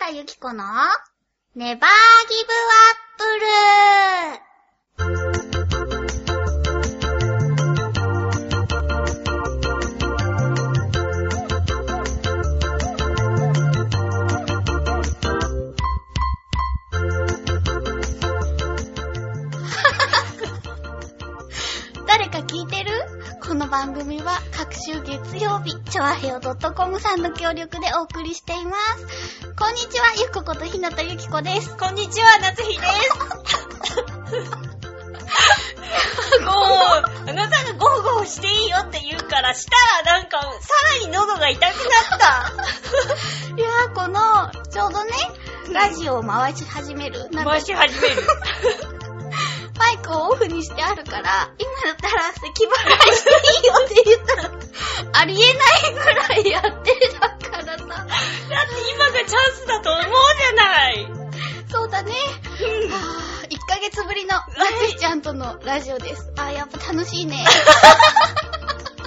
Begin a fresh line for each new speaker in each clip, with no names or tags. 田ゆき子のネバーギブアップル誰か聞いてるこの番組は各週月曜日、ちょあへよ .com さんの協力でお送りしています。こんにちは、ゆっこことひなたゆきこです。
こんにちは、夏日です。もう、あなたがゴーゴーしていいよって言うからしたら、なんか、さらに喉が痛くなった。
いやー、この、ちょうどね、ラジオを回し始める。 なんか
回し始める。
マイクをオフにしてあるから、今だったら咳払いしていいよって言ったら、ありえないぐらいやってたからさ。
だって今がチャンスだと思うじゃない。
そうだね。はぁ1ヶ月ぶりの、まつしちゃんとのラジオです。あー、やっぱ楽しいね。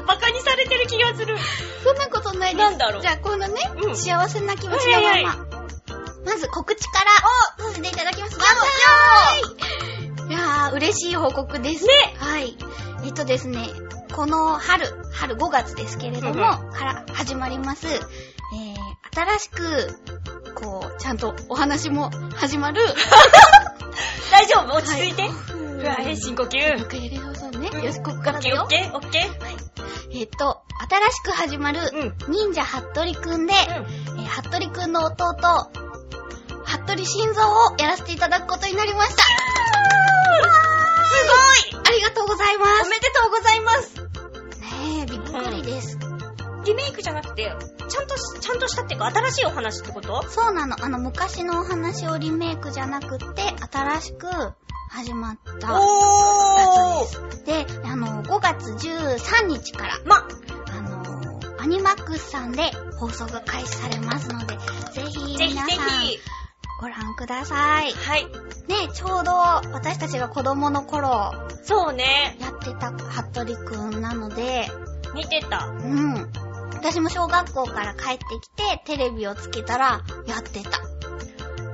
バカにされてる気がする。
そんなことないです。
なんだろう
じゃあ、このね、
うん
幸せな気持ちのまま。
はいはいはい
まず告知から、させていただきます。やったーいやー、嬉しい報告です。
ね
はい。えっとですね、この春、春5月ですけれども、
うんうん
はら始まります。えー、新しく、こう、ちゃんとお話も始まる。
大丈夫落ち着いて。うわ、
はい
変身呼吸。
よくやりそうね。
うん
よし、こっ
オ
からだ
ッケーオ
よ
ッ。ケーオッケー。
えっと、新しく始まる、
うん。
忍者ハットリくんで、えー、服部くんの弟、服部心臓をやらせていただくことになりました。
すごい
ありがとうございま
おめでとうございます。
す。ねえ、びっくりです。
リメイクじゃなくて、ちゃんとし、ちゃんとしたっていうか、新しいお話ってこと
そうなの、あの、昔のお話をリメイクじゃなくって、新しく始まったや
おー
つです。で、あの、5月13日から、
ま、
あの、アニマックスさんで放送が開始されますので、ぜひ
ぜひぜ
皆さん
ひ。
ご覧ください。
はい。
ね、ちょうど私たちが子供の頃、
そうね。
やってた服部くんなので、
似てた。
うん。私も小学校から帰ってきて、テレビをつけたら、やってた。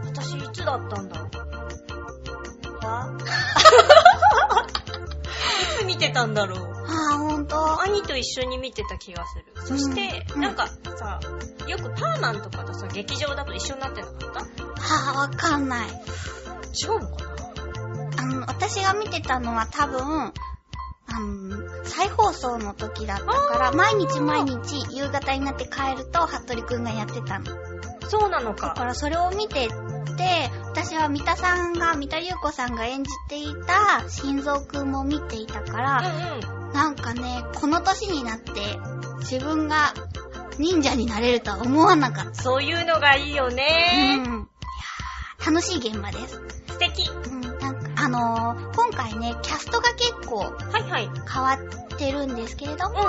私、いつだったんだろう。 はいつ見てたんだろう。
あー、ほんと。
兄と一緒に見てた気がする。そして、
うん
なんかさ、よくパーマンとかとさ、劇場だと一緒になってなかった
あー、わかんない。
違うのかな
あの、私が見てたのは多分、あの、再放送の時だったから、毎日毎日夕方になって帰ると、服部くんがやってたの。
そうなの
だか
か。
らそれを見てて、私は三田さんが、三田優子さんが演じていた、心臓くんも見ていたから、
うん
なんかね、この年になって自分が忍者になれるとは思わなかっ
うん。そういうのがいいよ
た。
ね
う。ん。いやー楽しい現場です。
素敵。
うん、なんか、あのー、今回ね、キャストが結構
はいはい。うん
変わってるんですけれども、
うん。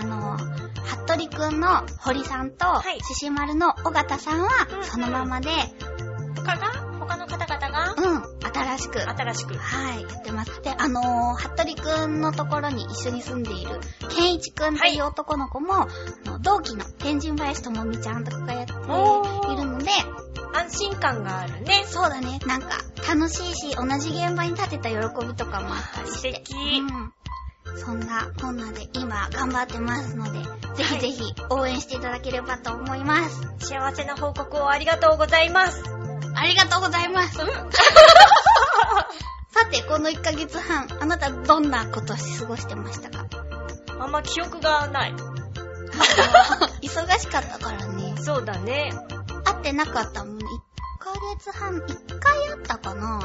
あのー、服部くんの堀さんと、
い
獅子丸の尾形さん
うんう
は、
ん
そのままで、
他が他の方々が
うん、新しく、
新しく。
はい、やってます。で、あのー、服部くんのところに一緒に住んでいる、ケンイチくんっていう男の子も、あの同期の天神林智美ちゃんとかがやっているので、
安心感があるね。
そうだね、なんか、楽しいし、同じ現場に立てた喜びとかもあったり
素
して。
敵。
うん。そんなこんなで今頑張ってますので、ぜひぜひ応援していただければと思います。
幸せな報告をありがとうございます。
ありがとうございます。 さて、この1ヶ月半、あなたどんなこと過ごしてましたか
あんま記憶がない。
忙しかったからね。
そうだね。
会ってなかったもんね。1ヶ月半、1回会ったかな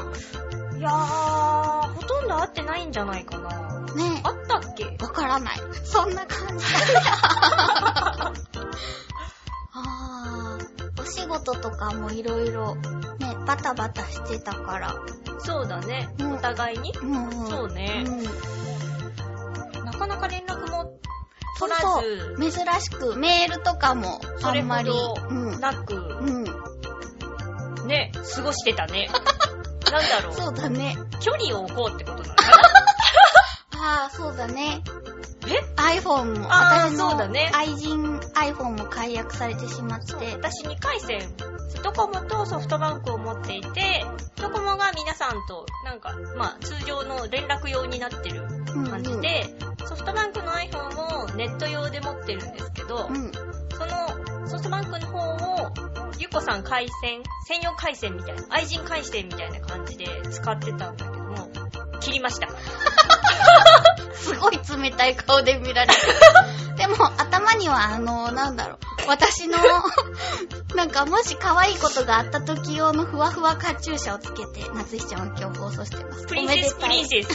い
やー、ほとんど会ってないんじゃないかな。
ね
あったっけ
え。わからない。そんな感じだった。 あー、お仕事とかもいろいろ、ね、バタバタしてたから。
そうだね。
うん
お互いに。
もう
そうね
うん。
なかなか連絡も
そう
取
そ
ら
う。珍
ず、
しく、メールとかも、
そ
あ
れ
んま
ほ
り。
ど
うん。
なく、
うん。
ね、過ごしてた ね。なんだろう。
そうだね。
距離を置こうってことなの かな
あー、そうだね。
え
iPhone も、
あー
私の
そうだね
愛人 iPhone も解約されてしまって、
私2回戦ドコモとソフトバンクを持っていて、ドコモが皆さんと、なんか、まあ、通常の連絡用になってる
うんうん
感じで、ソフトバンクの iPhone をネット用で持ってるんですけど、
うん。
その、ソフトバンクの方を、ゆこさん回線、専用回線みたいな、愛人回線みたいな感じで使ってたんだけども、切りました。
すごい冷たい顔で見ら れてる。でも、頭には、あの、なんだろう、私の、 なんか、もし可愛いことがあった時用のふわふわカチューシャをつけて、夏日ちゃんは今日放送してます。
プリンセスプリンセス。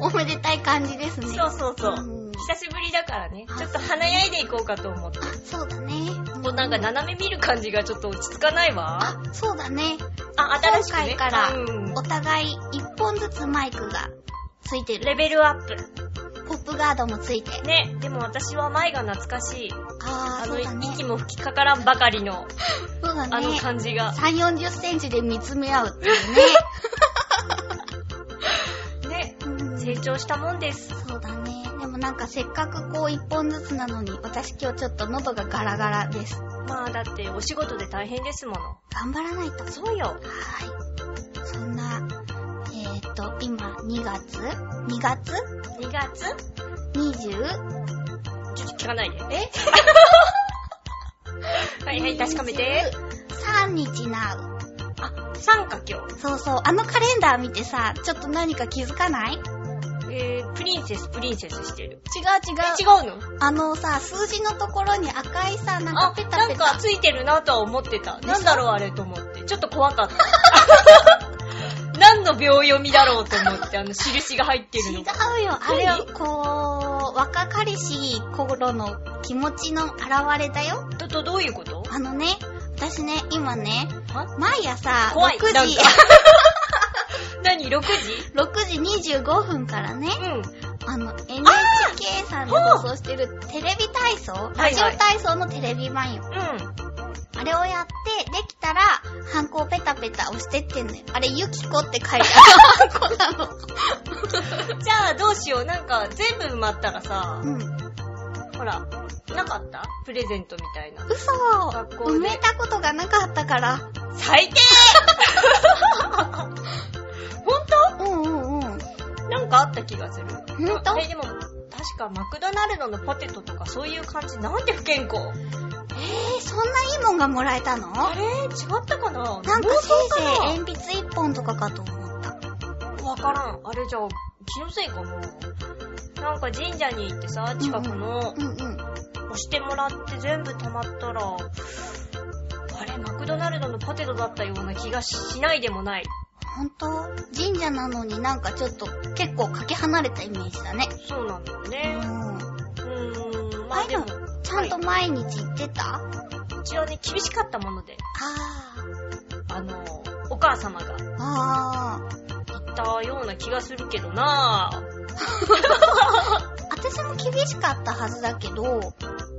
おめでたい、おめでたい感じですね。
そうそうそう。
うん
久しぶりだからね、ちょっと華やいでいこうかと思って。
あ、そうだね。
もうなんか斜め見る感じがちょっと落ち着かないわ。
あ、そうだね。
あ、新しくね。
今回から
うん
お互い一本ずつマイクがついて
レ
る。
ベルアップ。
ポップガードもついて。
ね、でも私は前が懐かしい。
あ
あ
ー、そ
の、
うだね。
息も吹きかからんばかりの、
そうだ
あの
ね。
感じが。
3、40センチで見つめ合うっていう
ね、
ね。うん
成長したもんです。
そうだね。でもなんかせっかくこう一本ずつなのに、私今日ちょっと喉がガラガラです。
まあだってお仕事で大変ですもの。
頑張らないと。は
そうよ。
ーい。そんな、えっ、ー、と、今2月 ?2 月
2月
?20?
ちょっと聞か ないで。
え
はいはい、確かめて。。
3日なう。
あ、3か今日。
そうそう。あのカレンダー見てさ、ちょっと何か気づかない違う違
えー、プリンセス、プリンセスしてる。え
う
違うの
あのさ、数字のところに赤いさ、なんか
あ、
ペタ
な
ペ
んか
タ。
ついてるなとは思ってた。
でしょ
なんだろうあれと思って。ちょっと怖かった。 何の秒読みだろうと思って、あの、印が入ってる
違
の。
うよ。あれはこう、若かりしい頃の気持ちの表れだよ。
と、と、どういうこと
あのね、私ね、今ね、
あ
毎朝
怖い。な
6
ん
時
か、 何、6時
6時25分からね、
うん。
あの、NHK さんで放送してるテレビ体操、
いは
ラ
い
ジオ体操のテレビ版よ。
う
あれをやって、できたら、ハンコをペタペタ押してってんのよ。あれ、ユキコって書いてあるハンコなの。
ん。じゃあ、どうしよう。なんか、全部埋まったらさ、
うん。
ほら、なかったプレゼントみたいな。
嘘
学校で
埋めたことがなかったから。
最 低ほんと
うんうんうん。
なんかあった気がする。
ほんと
え、でも、確かマクドナルドのポテトとかそういう感じ、なんで不健康
えー、そんないいもんがもらえたの
あれ違ったか
な
な
んか
妄
せ
想
い
か
ぜい鉛筆一本とかかと思った。
なわからん。あれじゃあ、気のせいかななんか神社に行ってさ、近くの、
うんうん。
押してもらって全部溜まったら、あれ、マクドナルドのポテトだったような気がしないでもない。
ほんと神社なのになんかちょっと結構かけ離れたイメージだね。
そうなんだよ
う
ね。
ん。
うーん、ま
あ
あ
い
で
の
も、
ちゃんと毎日行ってた、
うちはね、厳しかったもので、
あ
あの、お母様が
ー。あー。
言ったような気がするけどなぁ。
私も厳しかったはずだけど、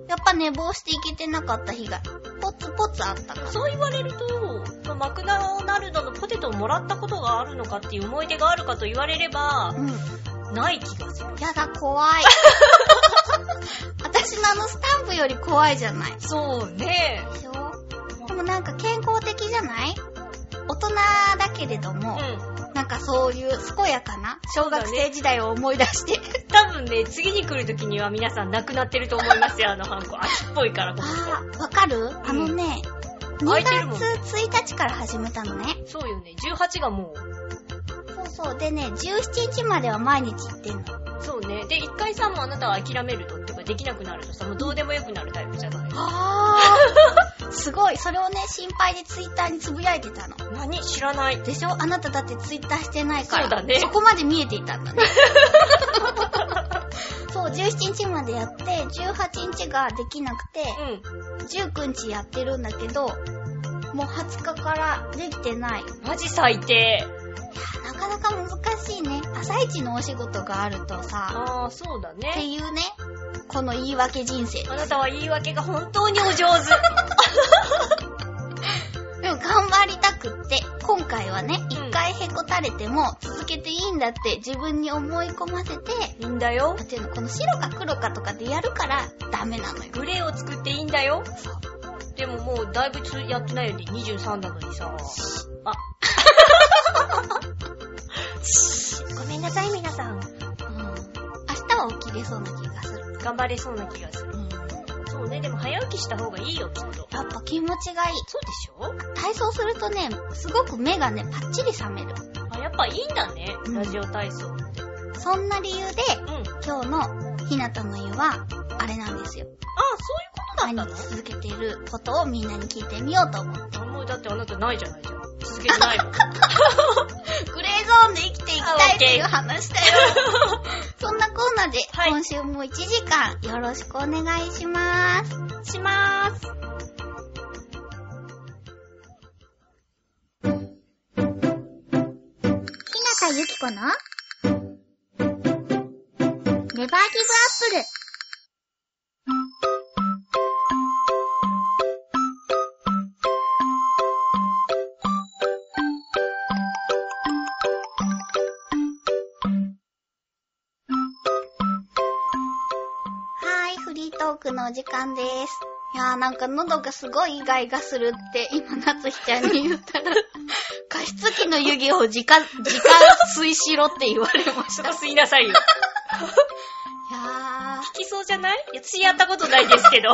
やっぱ寝坊して行けてなかった日がポツポツあったから。
そう言われると、まあマクドナルドのポテトをもらったことがあるのかっていう思い出があるかと言われれば、
うん。
ない気がする。
やだ、 怖い。私のあのスタンプより怖いじゃない。
そうね。
でしょでもなんか健康的じゃない大人だけれど
う
も、
ん。
なんかそういう健やかな小学生時代を思い出して。
多分ね、次に来る時には皆さんなくなってると思いますよ、あのハンコ。秋っぽいから、この
あー、わかるあのね、2
開いてるもん
月1日から始めたのね。
人そうよね。18がもう。
そうそう。でね、17日までは毎日行ってんの。
そうね。で、一回さ、もうあなたは諦めるとっていうか、できなくなるとさ、もうどうでもよくなるタイプじゃない
あー。 すごい。それをね、心配でツイッターにつぶやいてたの。
何知らない。
でしょあなただってツイッターしてないから。
そうだね
そこまで見えていたん だね。そう、17日までやって、18日ができなくて、
うん。
19日やってるんだけど、もう20日からできてない。いや
マジ最低。
なかなか難しいね。朝一のお仕事があるとさ、
ああ、そうだ
って
ね。
いうね、この言い訳人生。
あなたは言い訳が本当にお上手。
でも頑張りたくって、今回はね、
ん
一回へこたれても続けていいんだって自分に思い込ませて、
いいんだよ
だ。っていうのこの白か黒かとかでやるからダメなのよ。
グレーを作っていいんだよ。でももうだいぶつやってないよね、23なのにさ。あ、ごめんなさい皆さん。
うん。明日は起きれそうな気がする。
頑張れそうな気がする。
うん。
そうね、でも早起きした方がいいよ、きっと。
やっぱ気持ちがいい。
そうでしょ
体操するとね、すごく目がね、パッチリ覚める。
あ、やっぱいいんだね、
うん
ラジオ体操。うん。
そんな理由で、
あ、そ
今
ういう
日のひなたの湯は、あれなんですよ。
こ
毎
とだったの
日続けていることをみんなに聞いてみようと思って。
あんまりだってあなたないじゃないじゃん。続けてないもん。
グレーゾーンで生きていきたいっていう話だよ。そんなコーナーで、
はい
今週も1時間よろしくお願いします。
しまーす。
ひなたゆきこの、ネバーギブアップル。はーい、フリートークのお時間です。いやーなんか喉がすごいイガイガするって今夏日ちゃんに言ったら、加湿器の湯気を直、直吸いしろって言われまし
そ
た。
こ
い
吸いなさいよ。
やー、
聞きそうじゃないいや、私やったことないですけ ど。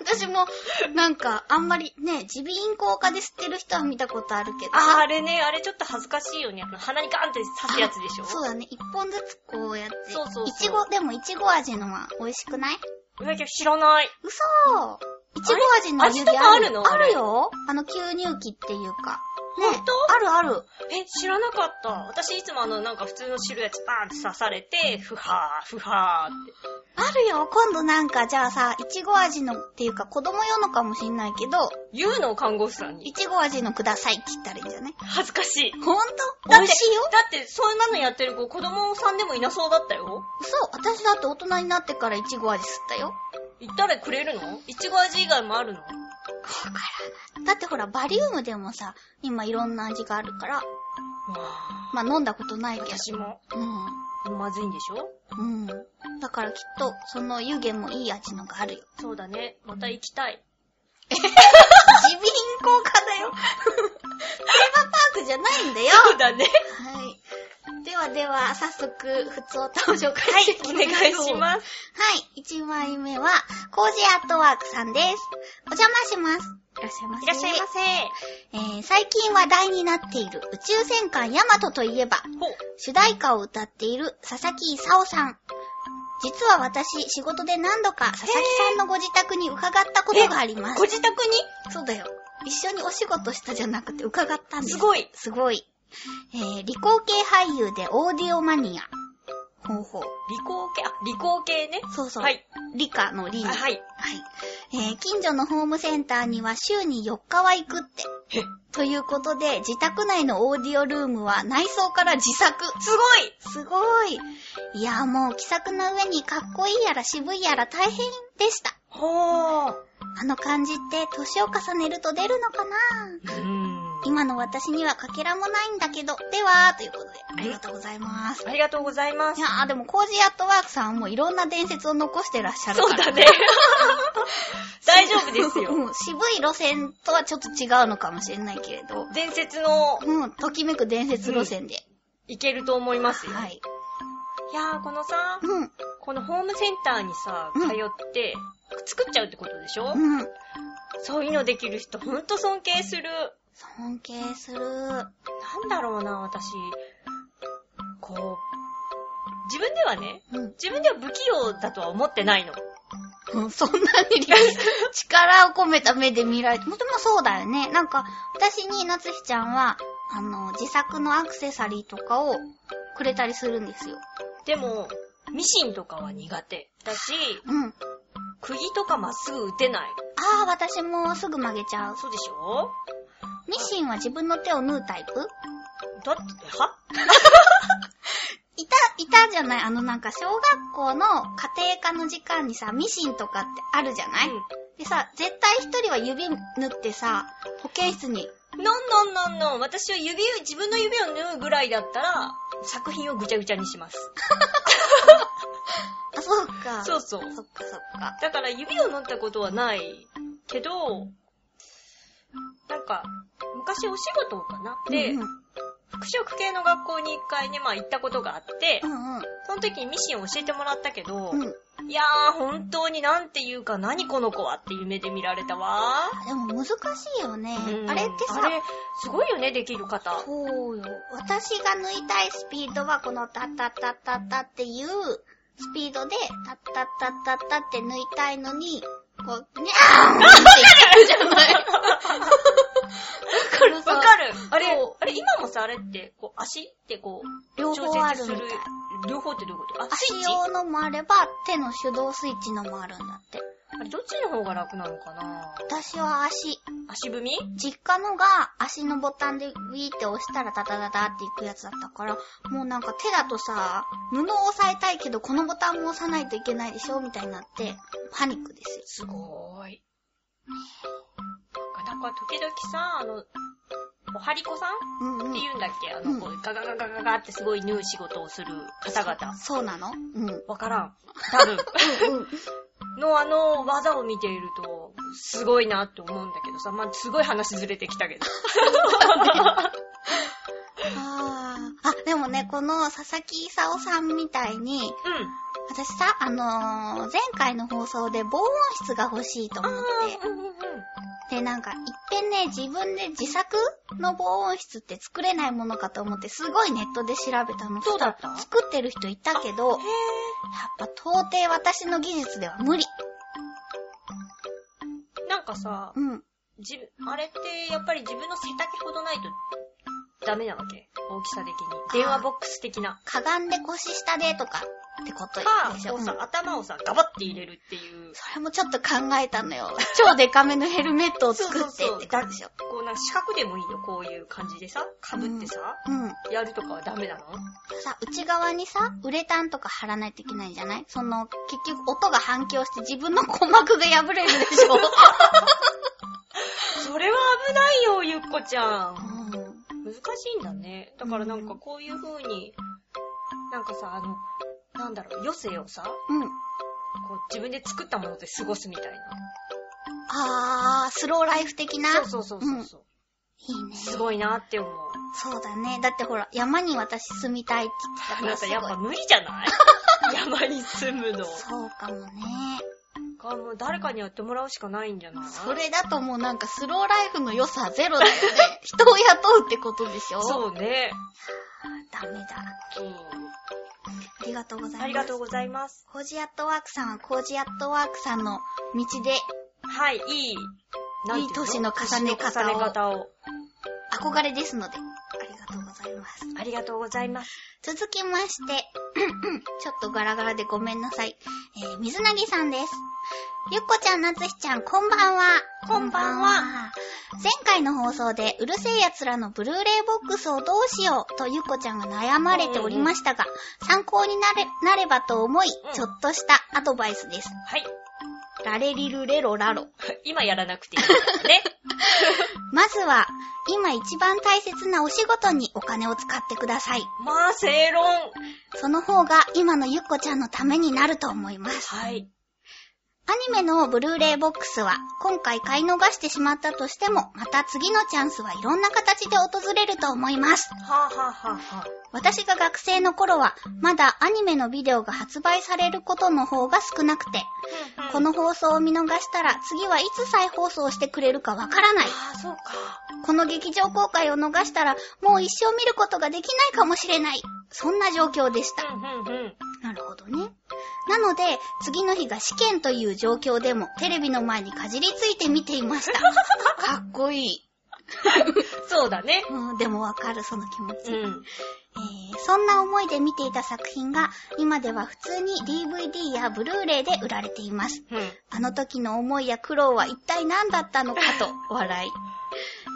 私もなんかあんまりね、耳鼻咽喉科で吸ってる人は見たことあるけど。
あー、あれね、あれちょっと恥ずかしいよね。あの鼻にガーンって刺すやつでしょ
そうだね、一本ずつこうやって。
そうそうそう
いちご、でもいちご味のは美味しくない
えー知らない。
嘘いちご味の湯気
あれ味とかあ
あ
るの
るよあの吸入器っていうか。
本当
あるある。
え、知らなかった。私いつもあの、なんか普通の白いやつバーンって刺されて、ふはー、ふはーって。
あるよ。今度なんか、じゃあさ、いちご味のっていうか、子供用のかもしんないけど、
言うの看護師さん
い
に。
ちご味のくださいって言ったらいいんじゃない
恥ずかしい。
ほんと
だ
だ
っ
ってて、しいよ。
だって、そんなのやってる子、子供さんでもいなそうだったよ。
嘘私だって大人になってからいちご味吸ったよ。
行ったらくれるのいちご味以外もあるの
だってほら、バリウムでもさ、今いろんな味があるから、まあ飲んだことないけど。
私も。
う
まずいんでしょ
ん。うん。だからきっと、その湯気もいい味のが あるよ。
そうだね。また行きたい。
耳鼻咽喉科だよ。テーマパークじゃないんだよ。
そうだね。
はい。ではでは、早速、ふつおたを紹介してい
お
きま
願い
しょう。
します。
はい、1枚目は、コージーアットワークさんです。お邪魔します。いらっしゃいま
いらっしゃいま
えー、最近話題になっている宇宙戦艦ヤマトといえば、
せ。ほう。
主題歌を歌っている佐々木勲さん。実は私、仕事で何度か佐々木さんのご自宅に伺ったことがあります
ご。自宅
そうだよ。一緒にお仕事したじゃなくて伺ったん
に
ですす。
ごい。
すごい。えー、理工系俳優でオーディオマニア。ほうほう。
理工系、あ、理工系ね。
そうそう。
はい。
理科の理に
あはい。
はい。えー近所のホームセンターには週に4日は行くって。
え、
ということで、自宅内のオーディオルームは内装から自作。
すご
す
い
ごい。いやーもう気さくな上にかっこいいやら渋いやら大変でした。
ほー。
あの感じって年を重ねると出るのかな
うーん。
今の私にはかけらもないんだけど、ではーということで、ありがとうございます。
ありがとうございま
い
す
や。ーでもコージーアットワークさんもいろんな伝説を残してらっしゃる
そう
から。
だね。 大丈夫で すよ。
うん渋い路線とはちょっと違うのかもしれないけれど。
伝説の
うん、ときめく伝説路線で。
いけると思いますよ。、
はいい。
やー、このさ、
うん、
このホームセンターにさ、
うん
通って、作っちゃうってことでしょ、
うん。
そういうのできる人、ほんと尊敬する。
尊敬する。は
なんだろうな、私。こう、自分ではね、
うん
自分では不器用だとは思ってないの。
うん、そんなに力を込めた目で見られて、もともそうだよね。なんか、私に夏日ちゃんは、あの、自作のアクセサリーとかをくれたりするんですよ。
でも、ミシンとかは苦手だし、
うん。
釘とかまっすぐ打てない。
あー、私もすぐ曲げちゃう。
そうでしょ
ミシンは自分の手を縫うタイプ
だって、はい
た、いたじゃないあのなんか小学校の家庭科の時間にさ、ミシンとかってあるじゃない、
う
でさ、絶対一人は指縫ってさ、保健室に。
ん。のんのんのんのん、私は指を、自分の指を縫うぐらいだったら、作品をぐちゃぐちゃにします。
あ、そうか。。
そううそう。
そっかそっか。
だから指を縫ったことはないけど、なんか、昔お仕事かなで、
うんうん、
服飾系の学校に一回ね、まあ行ったことがあって、
うん
その時にミシンを教えてもらったけど、
うん。うん。
いやー、本当になんていうか、何この子はっていう目で見られたわ
あでも難しいよね。
うん
あれってさ
あ、れ、すごいよね、できる方。
そうよ。私が抜いたいスピードはこのタッタッタッタッタっていうスピードでタッタッタッタッタって抜いたいのに、こう、にゃーんって言 ってるじゃない。だからさ、
わかるあれ
そう、
あれ、今もさ、あれって、こう、足ってこう、
両方あるみたい。
両方ってどういうことあ、スイ
足
ッチ
用のもあれば、手の手動スイッチのもあるんだって。
あれ、どっちの方が楽なのかな
私は足。
足踏み
実家のが足のボタンでウィーって押したらタタタタっていくやつだったから、もうなんか手だとさ、布を押さえたいけどこのボタンも押さないといけないでしょみたいになって、パニックですよ。
すごーい。なんか、時々さ、あの、おはりこさん
うんうん
って。言うんだっけあの、こう、ガガガガガガってすごい縫う仕事をする方々。
そうなのうん。うん
わからん。多 分。
うん。
のあの技を見ていると、すごいなって思うんだけどさ、まあ、すごい話ずれてきたけど。
あーあ、でもね、この佐々木勲さんみたいに、
うん。
私さ、あのー前回の放送で防音室が欲しいと
あ
思って、
ー、うんうんうん。
で、なんか、いっぺんね、自分で自作の防音室って作れないものかと思って、すごいネットで調べたの。
そうだった
そしたら作ってる人いたけど、やっ
へ
ぱ到底私の技術では無理。
ー。なんかさ、
うん。
自分、あれって、やっぱり自分の背丈ほどないと、ダメなわけ。大きさ的に。電話ボックス的な。
かがんで腰下でとかってこと
か
でし、ょ。
こ
う
うんさ、頭をさ、ガバって入れるっていう、
それもちょっと考えたのよ。 超デカめのヘルメットを作って
そうそう
っ
そう
て感じでしょ。
こうなんか四角でもいいよ、こういう感じでさ、被ってさ、
うん。
やるとかはダメなの
さ、内側にさ、ウレタンとか貼らないといけないんじゃないその、結局音が反響して自分の鼓膜が破れるでしょ。
それは危ないよ、ゆっこちゃん。
うん
難しいんだね。だからなんかこういう風に、なんかさ、あの、なんだろう、余生をさ、
うん。
こう自分で作ったもので過ごすみたいな。
あー、スローライフ的な。
そうそうそうそうそう。
いいね。
すごいなって思う。
そうだね。だってほら、山に私住みたいって言ったか
な
ら
ん
す
か
ごい
やっ。ぱ無理じゃ ない山に住むの。
そうかもね。
かもう誰かにやってもらうしかないんじゃない
それだともうなんかスローライフの良さゼロ だよね。人を雇うってことでしょう。
そうね。
ダメだ。
うん
ありがとうございます。
ありがとうございます。
コージアットワークさんはコージアットワークさんの道で
はい、いい、なんてう
いい年の重ね方を
年の重ね方を。
憧れですので、ありがとうございます。
ありがとうございます。
続きまして、 ちょっとガラガラでごめんなさい。えー、水なぎさんです。ゆっこちゃん、なつひちゃん、こんばんは。
こんばんは。
前回の放送で、うるせえ奴らのブルーレイボックスをどうしようとゆっこちゃんが悩まれておりましたが、参考になれなればと思い
うん、
ちょっとしたアドバイスです。
はい。
ラレリルレロラロ。
今やらなくていいからね。
まずは、今一番大切なお仕事にお金を使ってください。
まあ、正論。
その方が今のゆっこちゃんのためになると思います。
はい。
アニメのブルーレイボックスは、今回買い逃してしまったとしても、また次のチャンスはいろんな形で訪れると思います。
はぁ、はぁはぁはぁ。
私が学生の頃は、まだアニメのビデオが発売されることの方が少なくて、この放送を見逃したら、次はいつ再放送してくれるかわからない。
ああ、そうか。
この劇場公開を逃したら、もう一生見ることができないかもしれない。そんな状況でした。
うんうんうん。
なるほどね。なので、次の日が試験という状況でも、テレビの前にかじりついて見ていました。 かっこいい。
そうだね。
うん、でもわかる、その気持
う
ち、え
ん。
ーそんな思いで見ていた作品が、今では普通に DVD やブルーレイで売られています。
うん。
あの時の思いや苦労は一体何だったのかと笑い。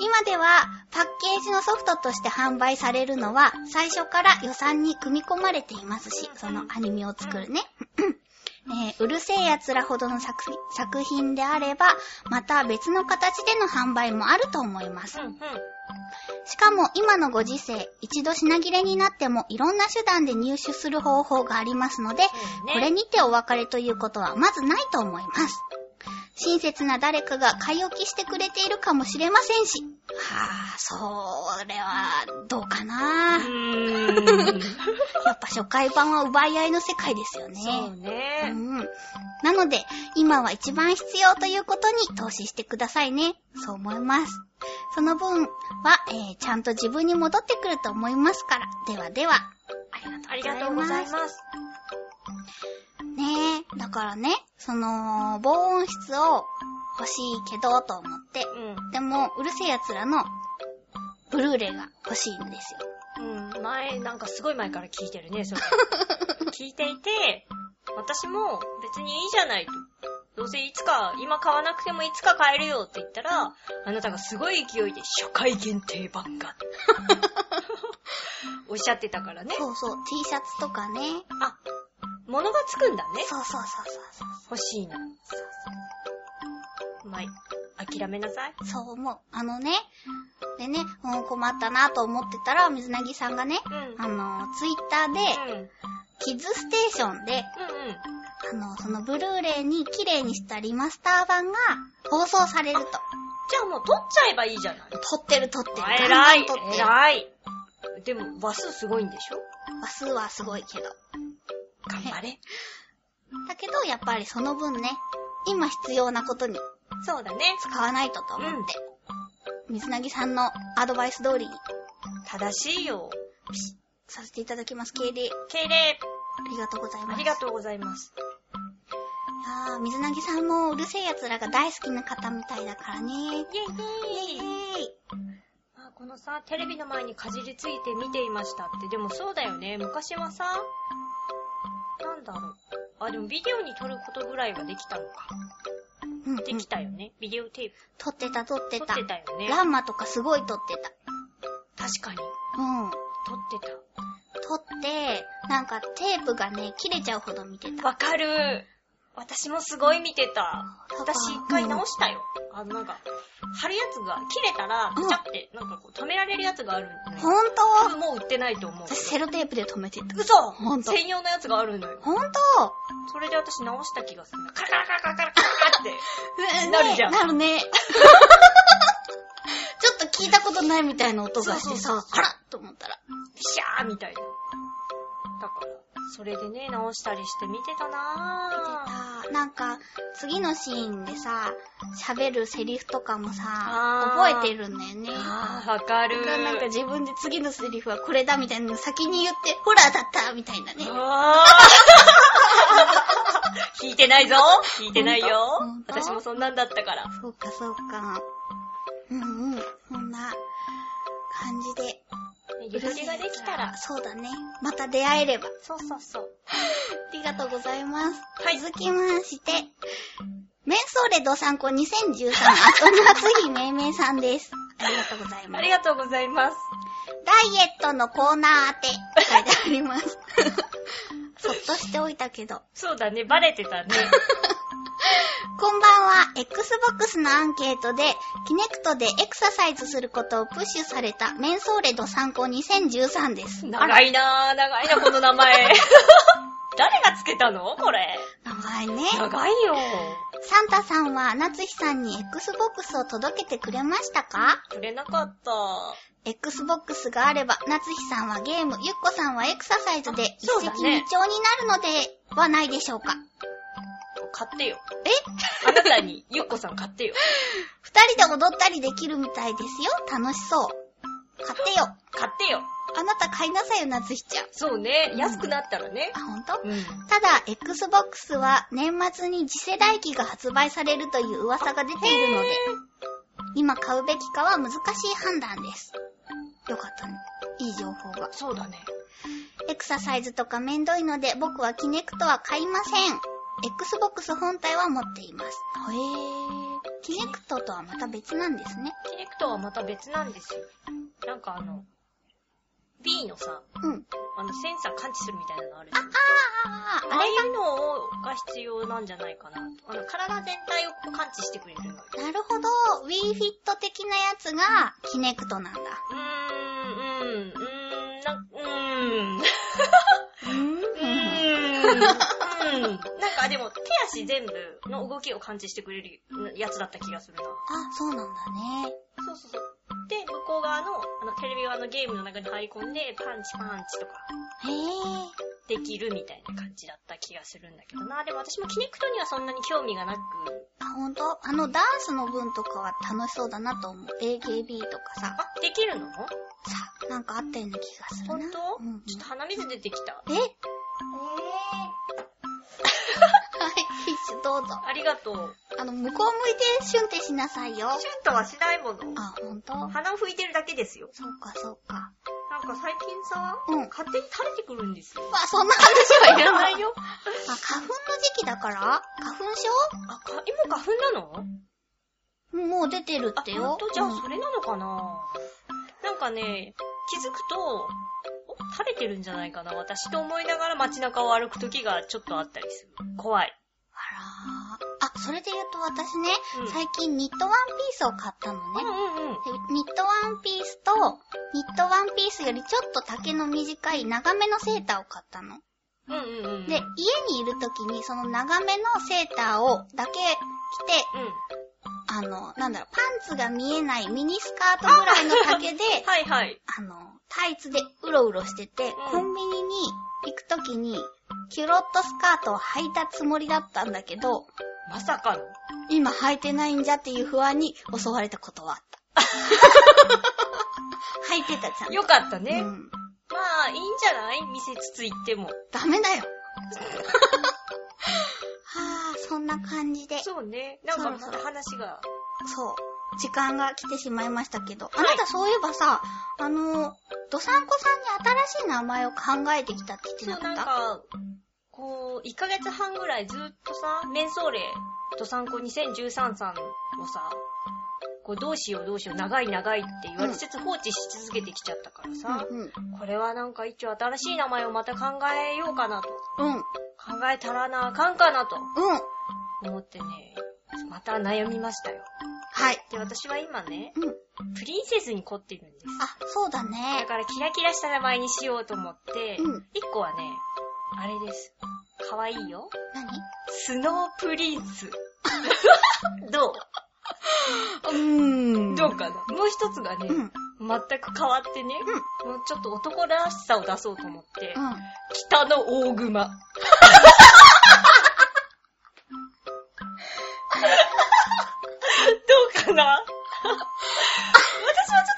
今ではパッケージのソフトとして販売されるのは最初から予算に組み込まれていますし、そのアニメを作るね。えーうるせえ奴らほどの作作品であれば、また別の形での販売もあると思います。
うんうん。
しかも今のご時世、一度品切れになってもいろんな手段で入手する方法がありますので、
ね
これにてお別れということはまずないと思います。親切な誰かが買い置きしてくれているかもしれませんし。はあ、それは、どうかな
う。ー ん。
やっぱ初回版は奪い合いの世界ですよね。
そう
う
ね。
ん。なので、今は一番必要ということに投資してくださいね。そう思います。その分は、えー、ちゃんと自分に戻ってくると思いますから。ではでは、
ありがとうございます。
ねえ、だからね、その、防音室を欲しいけど、と思って。でも、うるせえ奴らの、ブルーレイが欲しいんですよ。
うん。うん。前、なんかすごい前から聞いてる ね、それ。聞いていて、私も別にいいじゃないと。どうせいつか、今買わなくてもいつか買えるよって言ったら、あなたがすごい勢いで初回限定 版が。おっしゃってたからね。
そうそう、T シャツとかね。
あ、物がつくんだね。
そうそうそうそう
欲しいな。まあ、諦めなさい。
そう。そう思う。あのね、でね、うん困ったなと思ってたら、水なぎさんがね、
うん。うん。
あの、ツイッターで、
うんうん。
キッズステーションで、あの、そのブルーレイに綺麗にしたリマスター版が放送されると。
じゃあもう取っちゃえばいいじゃない。
撮ってる撮ってる。
あ偉い
ガンガン撮ってる。
偉いでも、話数すごいんでしょ
話数はすごいけど。
頑張れ。
だけど、やっぱりその分ね、今必要なことに
そうだね。
使わないとと思って、水なぎさんのアドバイス通りに
正しいよ。
させていただきます。敬礼。
敬礼。
ありがとうございます。
ありがとうございます。
いやー水なぎさんもうるせえ奴らが大好きな方みたいだからね。イェ
イェイイェイ
ーイ。
あこのさ、テレビの前にかじりついて見ていましたって、でもそうだよね。昔はさ、なんだろう。あ、でもビデオに撮ることぐらいはできたのか。
うん、
できたよね。ビデオテープ。
撮ってた撮って。
撮ったてたよね。
ランマとかすごい撮ってた。
確かに。
うん。
撮ってた。
撮って、なんかテープがね、切れちゃうほど見てた。
わかる。私もすごい見てた。私一回直
し
したよ。あのなんか、貼るやつが切れたら、
うん
ペチャって、なんかこう止められるやつがあるんだ
た
よ
ほ
ね。
んと
多分もう売ってないと思う。
私セロテープで止めてた。
嘘
ほんと
専用のやつがあるのよ。
ほんと
それで私直した気がする。カラカラカラカラカラって。
ね
なるじゃん
なる ね。ちょっと聞いたことないみたいな音がして
そうそう
さ、あらと思ったら。
ビシャーみたいな。だから、それでね、直したりして見てたな
あ
ぁ。
ーなんか、次のシーンでさ、喋るセリフとかもさ、
あー
覚えてるんだよね。
あー、わかる。
なんか自分で次のセリフはこれだみたいなの先に言って、ホラーだったみたいなね。
あー 引いてないぞ引いてないよ
本当
私もそんなんだったから。
そうか、そうか。うんうん。そんな感じで。
ゆとりができたら。
そうだね。また出会えれば。
そうそうそう。
ありがとうございます。
はい
続きまして、メンソーレド参考2013後夏日めいめいさんです。ありがとうございま
あ
す
り。がとうございます。
ダイエットのコーナー当て、書いてあり ます。そっとしておいたけど。
そうだね、バレてたね。
こんばんは、Xbox のアンケートで、キネクトでエクササイズすることをプッシュされた、メンソーレド参考2013です。
長い なぁ、長いな、この名 前。誰がつけたのこれ。
長いね。
長いよ。
サンタさんは、夏日さんに Xbox を届けてくれましたか
くれなかった。
Xbox があれば、夏日さんはゲーム、ゆっこさんはエクササイズで一
そう
石
だ
二鳥
ね
になるのではないでしょうか。
買ってよ。
え
あなたに、ゆっこさん買ってよ。
二人で踊ったりできるみたいですよ。楽しそう。買ってよ。
買ってよ。
あなた買いなさいよ、夏日ちゃん。
そうね
う、ん
安くなったらね。
あ、ほんと
うん。
ただ、Xbox は年末に次世代機が発売されるという噂が出ているので、今買うべきかは難しい判断です。よかったね。いい情報が。
そうだね。
エクササイズとかめんどいので、僕はキネクトは買いません。Xbox 本体は持っています。へぇー。キネクトとはまた別なんですね。
キネクトはまた別なんですよ。なんかあの、B のさ、
うん。
あのセンサー感知するみたいなのあるじゃん。あ
あー、あ
あ
れ
いうのが必要なんじゃないかなと。あの、体全体をこう感知してくれるの。う
なるほど。Wii Fit 的なやつがキネクトなんだ。
ーん、うーん、うーん、な、うーん、う
うん。
ーん、うーん、うん。なんかでも、手足全部の動きを感知してくれるやつだった気がするな。
あ、そうなんだね。
そうそうそう。で、向こう側の、あの、テレビ側のゲームの中に入り込んで、パンチパンチとか、
へえ。
できるみたいな感じだった気がするんだけどな。でも私もキネクトにはそんなに興味がなく、
あ、ほんとあの、ダンスの分とかは楽しそうだなと思う。AKB とかさ、
あ、できるのほん
さ、なんかあったような気がするな。
とちょ
うんうん
っと鼻水出てきた。
ええ はい、ティッシュどうぞ。
ありがとう。
あの、向こう向いてシュンってしなさいよ。
シュンとはしないもの。
あ、ほんと
鼻を拭いてるだけですよ。
そうか、そうか。
なんか最近さ、
うん
勝手に垂れてくるんですよ。
まあ、そんな話はい
い
らな
らない いよ。
あ、花粉の時期だから花粉症
あ、か、今花粉なの
もう出てる
あ、
ってよ。
ほんとじゃあ
うん
それなのかな、なんかね、気づくと、お垂れてるんじゃないかな私と思いながら街中を歩く時がちょっとあったりする。怖い。
あらー。あ、それで言うと私ね、
うん
最近ニットワンピースを買ったの
うん
ね。
うんうん。
でニットワンピースと、ニットワンピースよりちょっと丈の短い長めのセーターを買ったの。
うんうんうん。
で、家にいる時にその長めのセーターをだけ着て、
うん。
あの、なんだろう、パンツが見えないミニスカートぐらいの丈 で、
はいはい。
あの、タイツでうろうろしてて、コンビニに行くときに、キュロットスカートを履いたつもりだったんだけど、
まさかの。
今履いてないんじゃっていう不安に襲われた ことはあった。履いてたじゃん。
よかったね。
う
ま
ん
あ、いいんじゃない見せつつ行っても。
ダメだよ。 はぁ、そんな感じで、
そうね。なんかま
そう
た
そう
話が。
そう、時間が来てしまいましたけど、
い
あなたそういえばさ、あの、ドサンコさんに新しい名前を考えてきたって言って
そう、
なか
な
っ
ん
た
か、こう、1ヶ月半ぐらいずっとさ、メンソーレ、ドサンコ2013さんをさ、こう、どうしようどうしよう、長い長いって言われつつ放置し続けてきちゃったからさ、
うんうん。
これはなんか一応新しい名前をまた考えようかなと。
うん。うん。
考えたらなあかんかなと思ってね、また悩みましたよ。
はい。
で、私は今ね、
うん。
プリンセスに凝ってるんです。
あ、そうだ
だ
ね。
からキラキラした名前にしようと思って、一、
うん
個はね、あれです。かわいいよ。
何
スノープリ ンス。ど
うー
うんどうかな。もう一つがね、
うん。
全く変わってね、もうちょっと男らしさを出そうと思って、
うん。
北の大熊。どうかな私はちょっ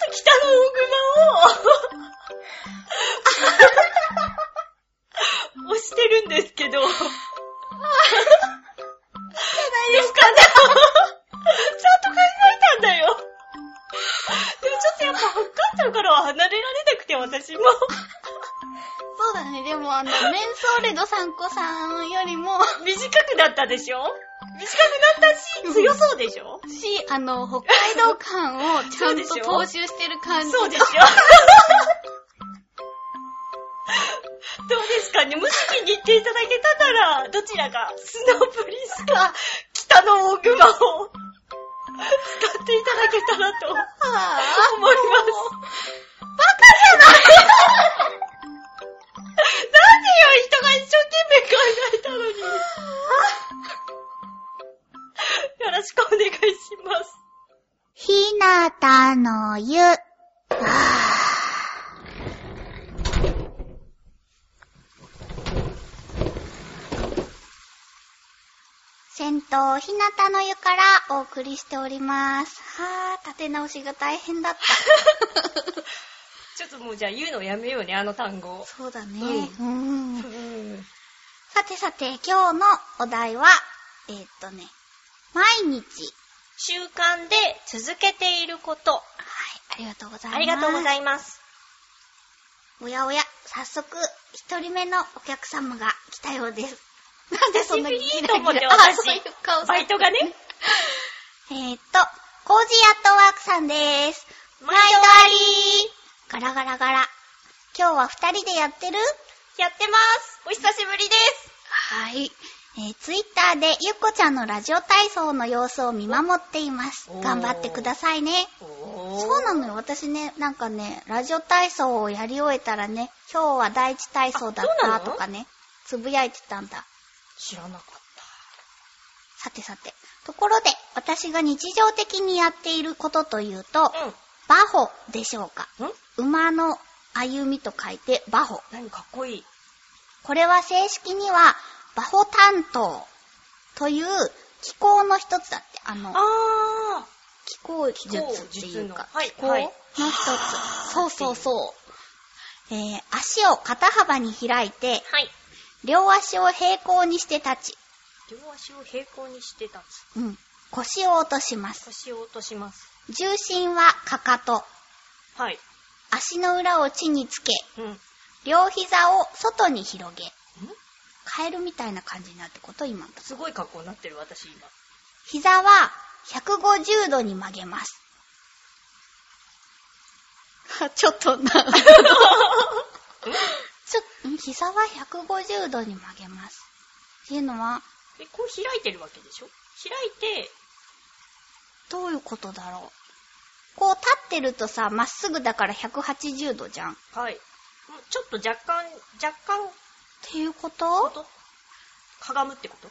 と北の大熊を、押してるんですけど、どうですかねちゃんと考えたんだよ。でもちょっとやっぱ北海道からは離れられなくて私も。
そうだね。でも、 あの、メンソーレドサンコさんより も、
短くなったでしょ短くなったし、強そうでしょ
し、あの、北海道感をちゃんと踏襲してる感じ。
そうでしょどうですかねもし気に入っていただけたなら、どちらか、スノープリンスか、北の大熊を、 使っていただけたらと、思い
は
ます。
バカじゃない
なんでよ、人が一生懸命考えたのに。よろしくお願いします。
ひなたの湯。あ戦闘ひなたの湯からお送りしております。はぁ、立て直しが大変だった。
ちょっともうじゃあ言うのやめようね、あの単語。
そうだね
う
うん
うん
さてさて、今日のお題は、えーっとね、毎日。
習慣で続けていること。
はい、ありがとうございます。
ありがとうござ
い
います。
ます。おやおや、早速、一人目のお客様が来たようです。 なんでそんな
久しぶりと思って
あ、
私
そういう顔
バイトがね、
えーっと、コージーアットワークさんです。
毎
毎
度
度
あ
ありガラガラガラ。今日は二人でやってる
りやってます。お久しぶりです。
はい。えー、ツイッターでゆっこちゃんのラジオ体操の様子を見守っています
お。ー
頑張ってくださいね。
お
そうなのよ。私ね、なんかね、ラジオ体操をやり終えたらね、今日は第一体操だっ
あそうな
た
の
とかね、つぶやいてたんだ。
知らなかっ
さてさて。ところで、私が日常的にやっていることというと、
た。うん。
バホでしょうか。
ん
馬の歩みと書いてバホ。
何かっこいい。
これは正式には、バホ担当という気候の一つだって。あの、
あ
気候術っていうか、
気
気
候術の
候
は
の
い
一つ。そうそうそう。えー、足を肩幅に開いて
ー。、はい。
両足を平行にして立ち、
両足を平行にして立つ。
うん、腰を落とします。
腰を落とします。
重心はかかと、
はい。
足の裏を地につけ、
うん。ん
両膝を外に広げ、カエルみたいな感じになるってこと今のと。
すごい格好になってる、私今。
膝は150度に曲げます。あ ちょっとな。ちょ ん膝は150度に曲げます。っていうのは、
で、こう開いてるわけでしょ開いて、
どういうことだろう。こう立ってるとさ、まっすぐだから180度じゃん。っ
はい。もうちょっと若干、若干、
ていうこ
こととかがむってこと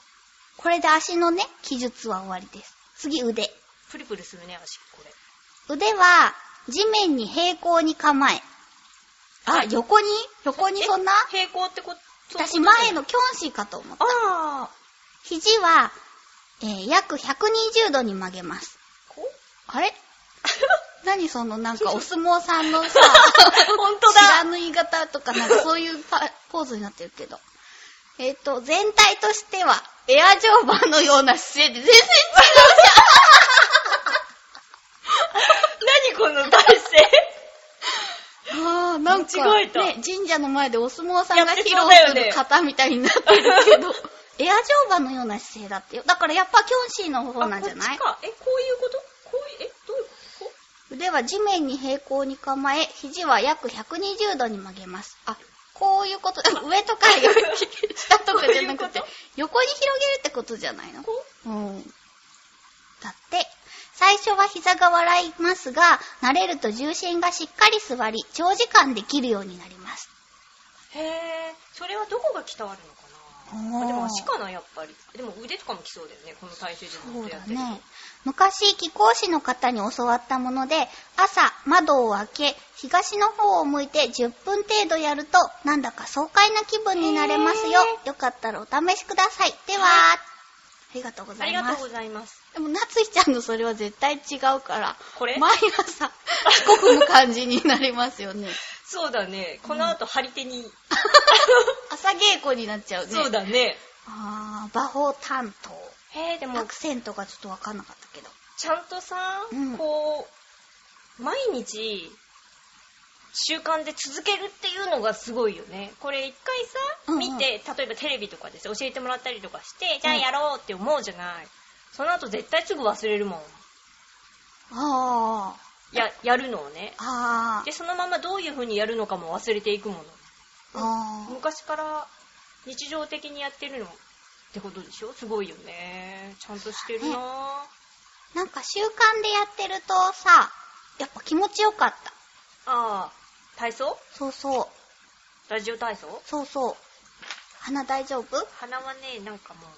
これで足のね、記述は終わりです。次腕。
プリプリするね、足、これ。
腕は地面に平行に構え。あ、
はい
横に横にそんな
え平行ってこと
私前。のキョンシーかと思った。
ああ。
肘は、えー約120度に曲げます。
こう
あれ何そのなんかお相撲さんのさ、
ほんと
知ら
だ
ぬ言い方とかなんかそういうパポーズになってるけど。えっ、と、全体としては、エアジョーバーのような姿勢で全然違う
何この体勢
あーなんか、
間違え
ね
た、
神社の前でお相撲さんが
やって
披露
そうだよ
す
ね
る方みたいになってるけど、 エア乗馬のような姿勢だってよ。だからやっぱキョンシーの方なんじゃな
あ
い
こっちか。え、こういうことこういう、え、どういうことこ
腕は地面に平行に構え、肘は約120度に曲げます。あ、こういうこと、上とかより下とかじゃなくて
こういうこと、
横に広げるってことじゃないの
うこ
うん。だって、最初は膝が笑いますが、慣れると重心がしっかり座り、長時間できるようになります。
うへえ。それはどこが鍛わるのかな
おー
あでも足かな、やっぱり。でも腕とかもきそうだよね、この体勢でず
そ
っ
う
とや
だ
ってると。
ね。昔、気候士の方に教わったもので、朝、窓を開け、東の方を向いて10分程度やると、なんだか爽快な気分になれますよ。よかったらお試しください。では、
は
ありがとうござ
あり
い
が
ま
とう
す。
ございます。
でも、なついちゃんのそれは絶対違うから、
これ
毎朝、遅刻の感じになりますよ ね。
そうだね。この後、張り手に。
朝稽古になっちゃうね。
そう。だね。
あー、馬法担当。
へえ、で
ア
も
ク、セントがちょっとわかんなかったけど。
ちゃんとさ、
うん
こう、毎日、習慣で続けるっていうのがすごいよね。これ
う
一
ん
回さ、
うん
見て、例えばテレビとかでさ、教えてもらったりとかして、じゃあ
うん
やろうって思うじゃない。その後絶対すぐ忘れるもん。
あー、
や、やるのをね。
あ
で、そのままどういう風にやるのかも忘れていくも
ー、あー。
の。昔から日常的にやってるのってことでしょすごいよね。ちゃんとしてるなぁ。
なんか習慣でやってるとさ、やっぱ気持ちよかった。
ああ、体操
そうそう、
ラジオ体操
そうそう。鼻大丈夫
鼻はね、なんかもう、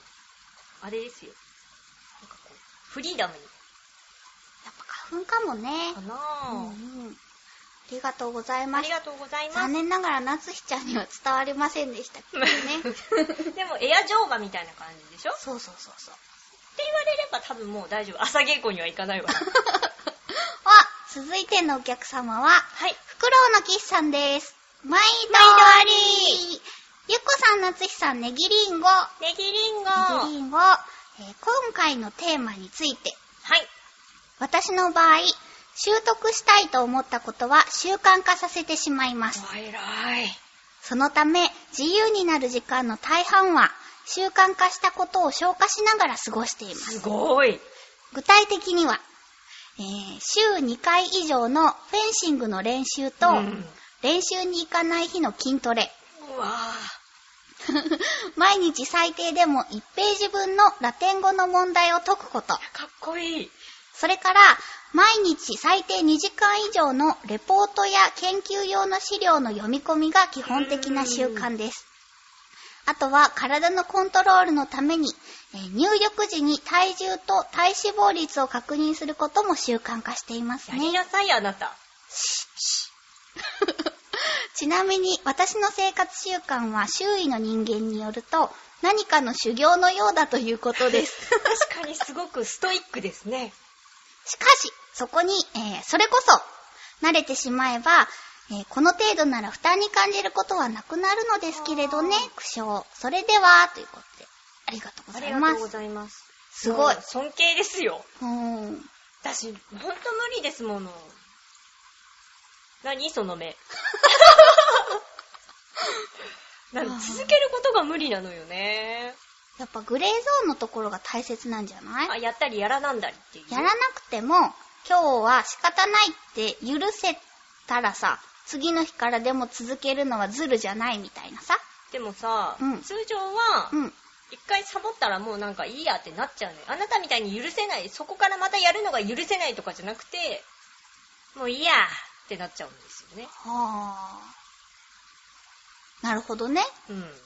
あれですよ。なんかこう、フリーダムに。
やっぱ花粉かもね。
かな
うんう
ぁ、
ん。ありがとうござい
あ
ま
り
す。
がとうございま
残念ながら夏日ちゃんには伝わりませんでしたけどね。
す。でも、エア乗馬みたいな感じでしょっ
そうそうそうそう。
て言われれば多分もう大丈夫。朝稽古には行か ないわ。
あ、続いてのお客様は、
はい。
フクロウの岸さんです。毎度ありゆっこさん、夏日さん、ネギリンゴ。
ネギリ
ネ
ンゴ
ギ
は
リンゴ、えー今回のテーマについて、
い。
私の場合、習得したいと思ったことは習慣化させてしまいます。
お偉い。
そのため、自由になる時間の大半は、習慣化したことを消化しながら過ごしています。
すごい。
具体的には、えー週2回以上のフェンシングの練習と、
うん
練習に行かない日の筋トレ、
うわ
毎日最低でも1ページ分のラテン語の問題を解くこと、
ぁ。かっこいい。
それから、毎日最低2時間以上のレポートや研究用の資料の読み込みが基本的な習慣です。あとは体のコントロールのために、えー入浴時に体重と体脂肪率を確認することも習慣化しています
や
ね。
りなさい、あなた。
ちなみに私の生活習慣は周囲の人間によると何かの修行のようだということです。
確かにすごくストイックですね。
しかし、そこに、えーそれこそ慣れてしまえば、えーこの程度なら負担に感じることはなくなるのですけれどね、苦笑。それでは、ということで、ありがとうご
あ
ざ
り
い
が
ま
とうご
す。
ざいます。
すごい
もう尊敬ですよ。
うん。
私、ほんと無理ですもの。何その 目。なんか続けることが無理なのよね。
やっぱグレーゾーンのところが大切なんじゃない
あ、やったりやらなんだりっていう。
やらなくても、今日は仕方ないって許せたらさ、次の日からでも続けるのはズルじゃないみたいなさ。
でもさ、
うん
通常は
う、ん。
一回サボったらもうなんかいいやってなっちゃうのよ。あなたみたいに許せない、そこからまたやるのが許せないとかじゃなくて、もういいやってなっちゃうんですよね。
はぁ。なるほどね。
うん。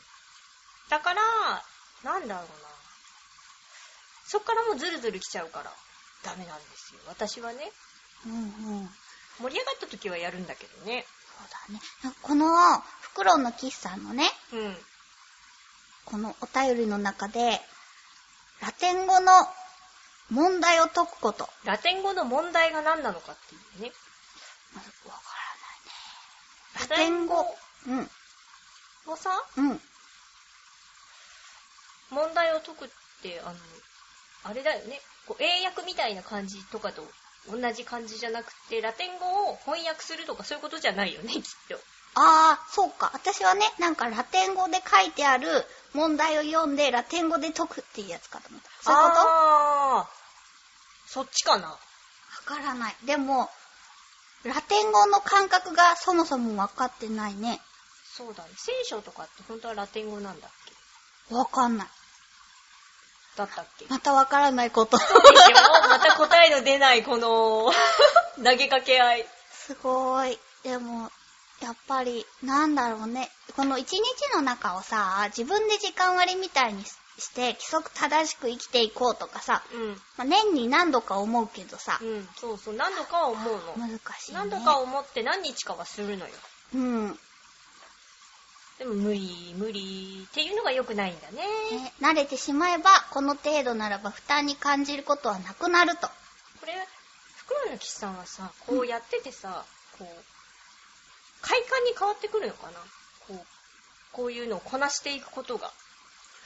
だから、なんだろうな。そっからもうズルズル来ちゃうから、ダメなんですよ。私はね、
うんうん。
盛り上がった時はやるんだけどね。
そうだね。この、フクロウのキッさんのね、
うん。
このお便りの中で、ラテン語の問題を解くこと。わか
ラテン語の問題が何なのかっていうね。
らないね。ラテン語。うん、
もさ、
うん。
問題を解くって、あの、あれだよね。こう英訳みたいな感じとかと同じ感じじゃなくて、ラテン語を翻訳するとかそういうことじゃないよね、きっと。
あー、そうか。私はね、なんかラテン語で書いてある問題を読んで、ラテン語で解くっていうやつかと思った。そういうことわ
あーそっちかな。
からない。でも、ラテン語の感覚がそもそもわかってないね。
そうだね。聖書とかって本当はラテン語なんだっけ
わかんない。
だったっけ
またわからないこと。
そうでしょまた答えの出ないこの 投げかけ合い。
すごーい。でも、やっぱり、なんだろうね。この一日の中をさ、自分で時間割りみたいにしして、規則正しく生きていこうとかさ、
うん。
まあ、年に何度か思うけどさ、
うん。そうそう。何度かは思うの。
難しい、ね。
何度か思って何日かはするのよ。
うん。ね
でも無理、無理っていうのが良くないんだね。
慣れてしまえば、この程度ならば負担に感じることはなくなると。
これ、袋の岸さんはさ、こうやっててさ、こう、快感に変わってくるのかなこう、こういうのをこなしていくことが。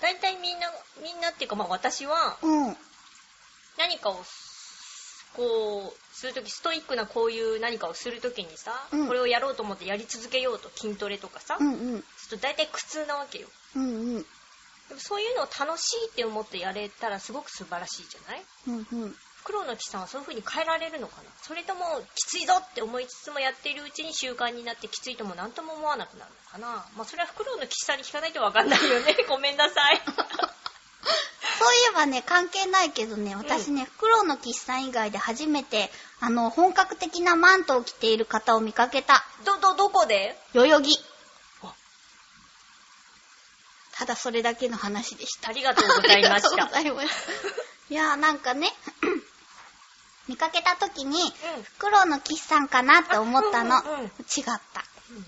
大体みんな、みんなっていうかまあ私は、
うん。
何かをすこうするときストイックなこういう何かをするときにさ、
うん
これをやろうと思ってやり続けようと筋トレとかさ、
う
ちょ
んうん。
っと大体苦痛なわけよ
うんうん。
でもそういうのを楽しいって思ってやれたらすごく素晴らしいじゃない
うんうん。
黒の木さんはそういう風に変えられるのかなそれともきついぞって思いつつもやっているうちに習慣になってきついとも何とも思わなくなるのかなまあそれは袋の岸さんに聞かないとわかんない よねごめんなさい
そういえばね、関係ないけどね、私ね、フクロウの岸さん以外で初めて、あの、本格的なマントを着ている方を見かけた、
ど、ど、どこで
代々木
あ。
ただそれだけの話でした。
ありがとうございました
あ りがとうございました。いやーなんかね、 見かけた時に、
うん
フクロウの岸さんかなって思ったの。
あうんうんうん
違った。は
うん
い。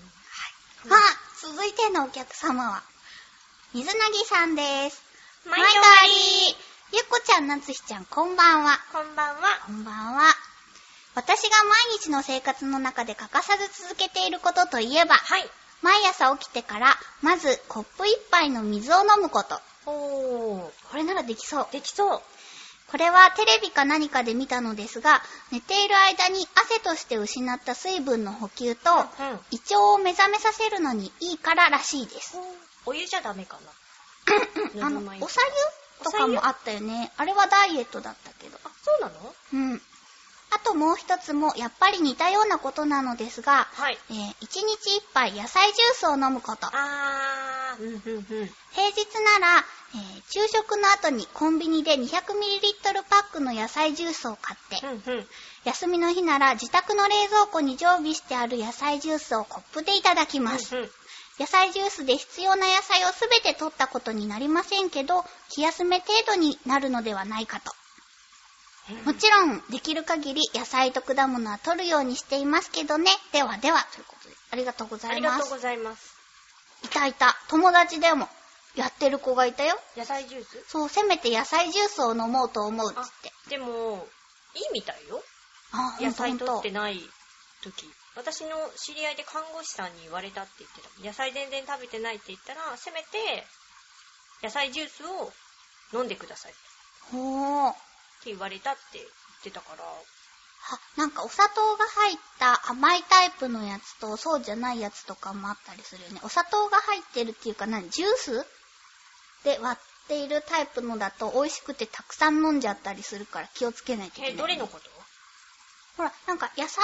あ、続いてのお客様は、水なぎさんです。
毎
毎度
度
あ
あ
り
り
ゆっこちゃん、なつひちゃん、こんばんは。
こんばんは
こんばんは。私が毎日の生活の中で欠かさず続けていることといえば、
はい
毎朝起きてから、まずコップ一杯の水を飲むこと。
おー
これならできそう。
できそう。
これはテレビか何かで見たのですが、寝ている間に汗として失った水分の補給と、
うん。
胃腸を目覚めさせるのにいいかららしいです。
お湯じゃダメかな。
あの、
ぬるま湯
おさゆとかもあったよね。あれはダイエットだったけど。
あ、そうなの
うん。あともう一つも、やっぱり似たようなことなのですが、
はい。
えー一日一杯野菜ジュースを飲むこと。
あー、うんうんうん。
平日なら、えー昼食の後にコンビニで 200ml パックの野菜ジュースを買って、
うんうん。
休みの日なら自宅の冷蔵庫に常備してある野菜ジュースをコップでいただきます。
うんうん
野菜ジュースで必要な野菜をすべて取ったことになりませんけど、気休め程度になるのではないかと。もちろん、できる限り野菜と果物は取るようにしていますけどね。ではでは、ということで、ありがとうござ
あ
い
り
ま
がとう
す
ご。ざいます。
いたいた。友達でも、やってる子がいたよ。
野菜ジュース
そう、せめて野菜ジュースを飲もうと思うっつって。
でも、いいみたいよ。
あ、ほ
野
んとほ
菜
ん
取っ
と
て。ない時。私の知り合いで看護師さんに言われたって言ってた。野菜全然食べてないって言ったら、せめて、野菜ジュースを飲んでくださいっ
ほー。
て言われたって言ってたから、
あなんかお砂糖が入った甘いタイプのやつとそうじゃないやつとかもあったりするよね。お砂糖が入ってるっていうか何ジュースで割っているタイプのだと美味しくてたくさん飲んじゃったりするから気をつけないといけない
え、
ね。
どれのこと
ほら、なんか野菜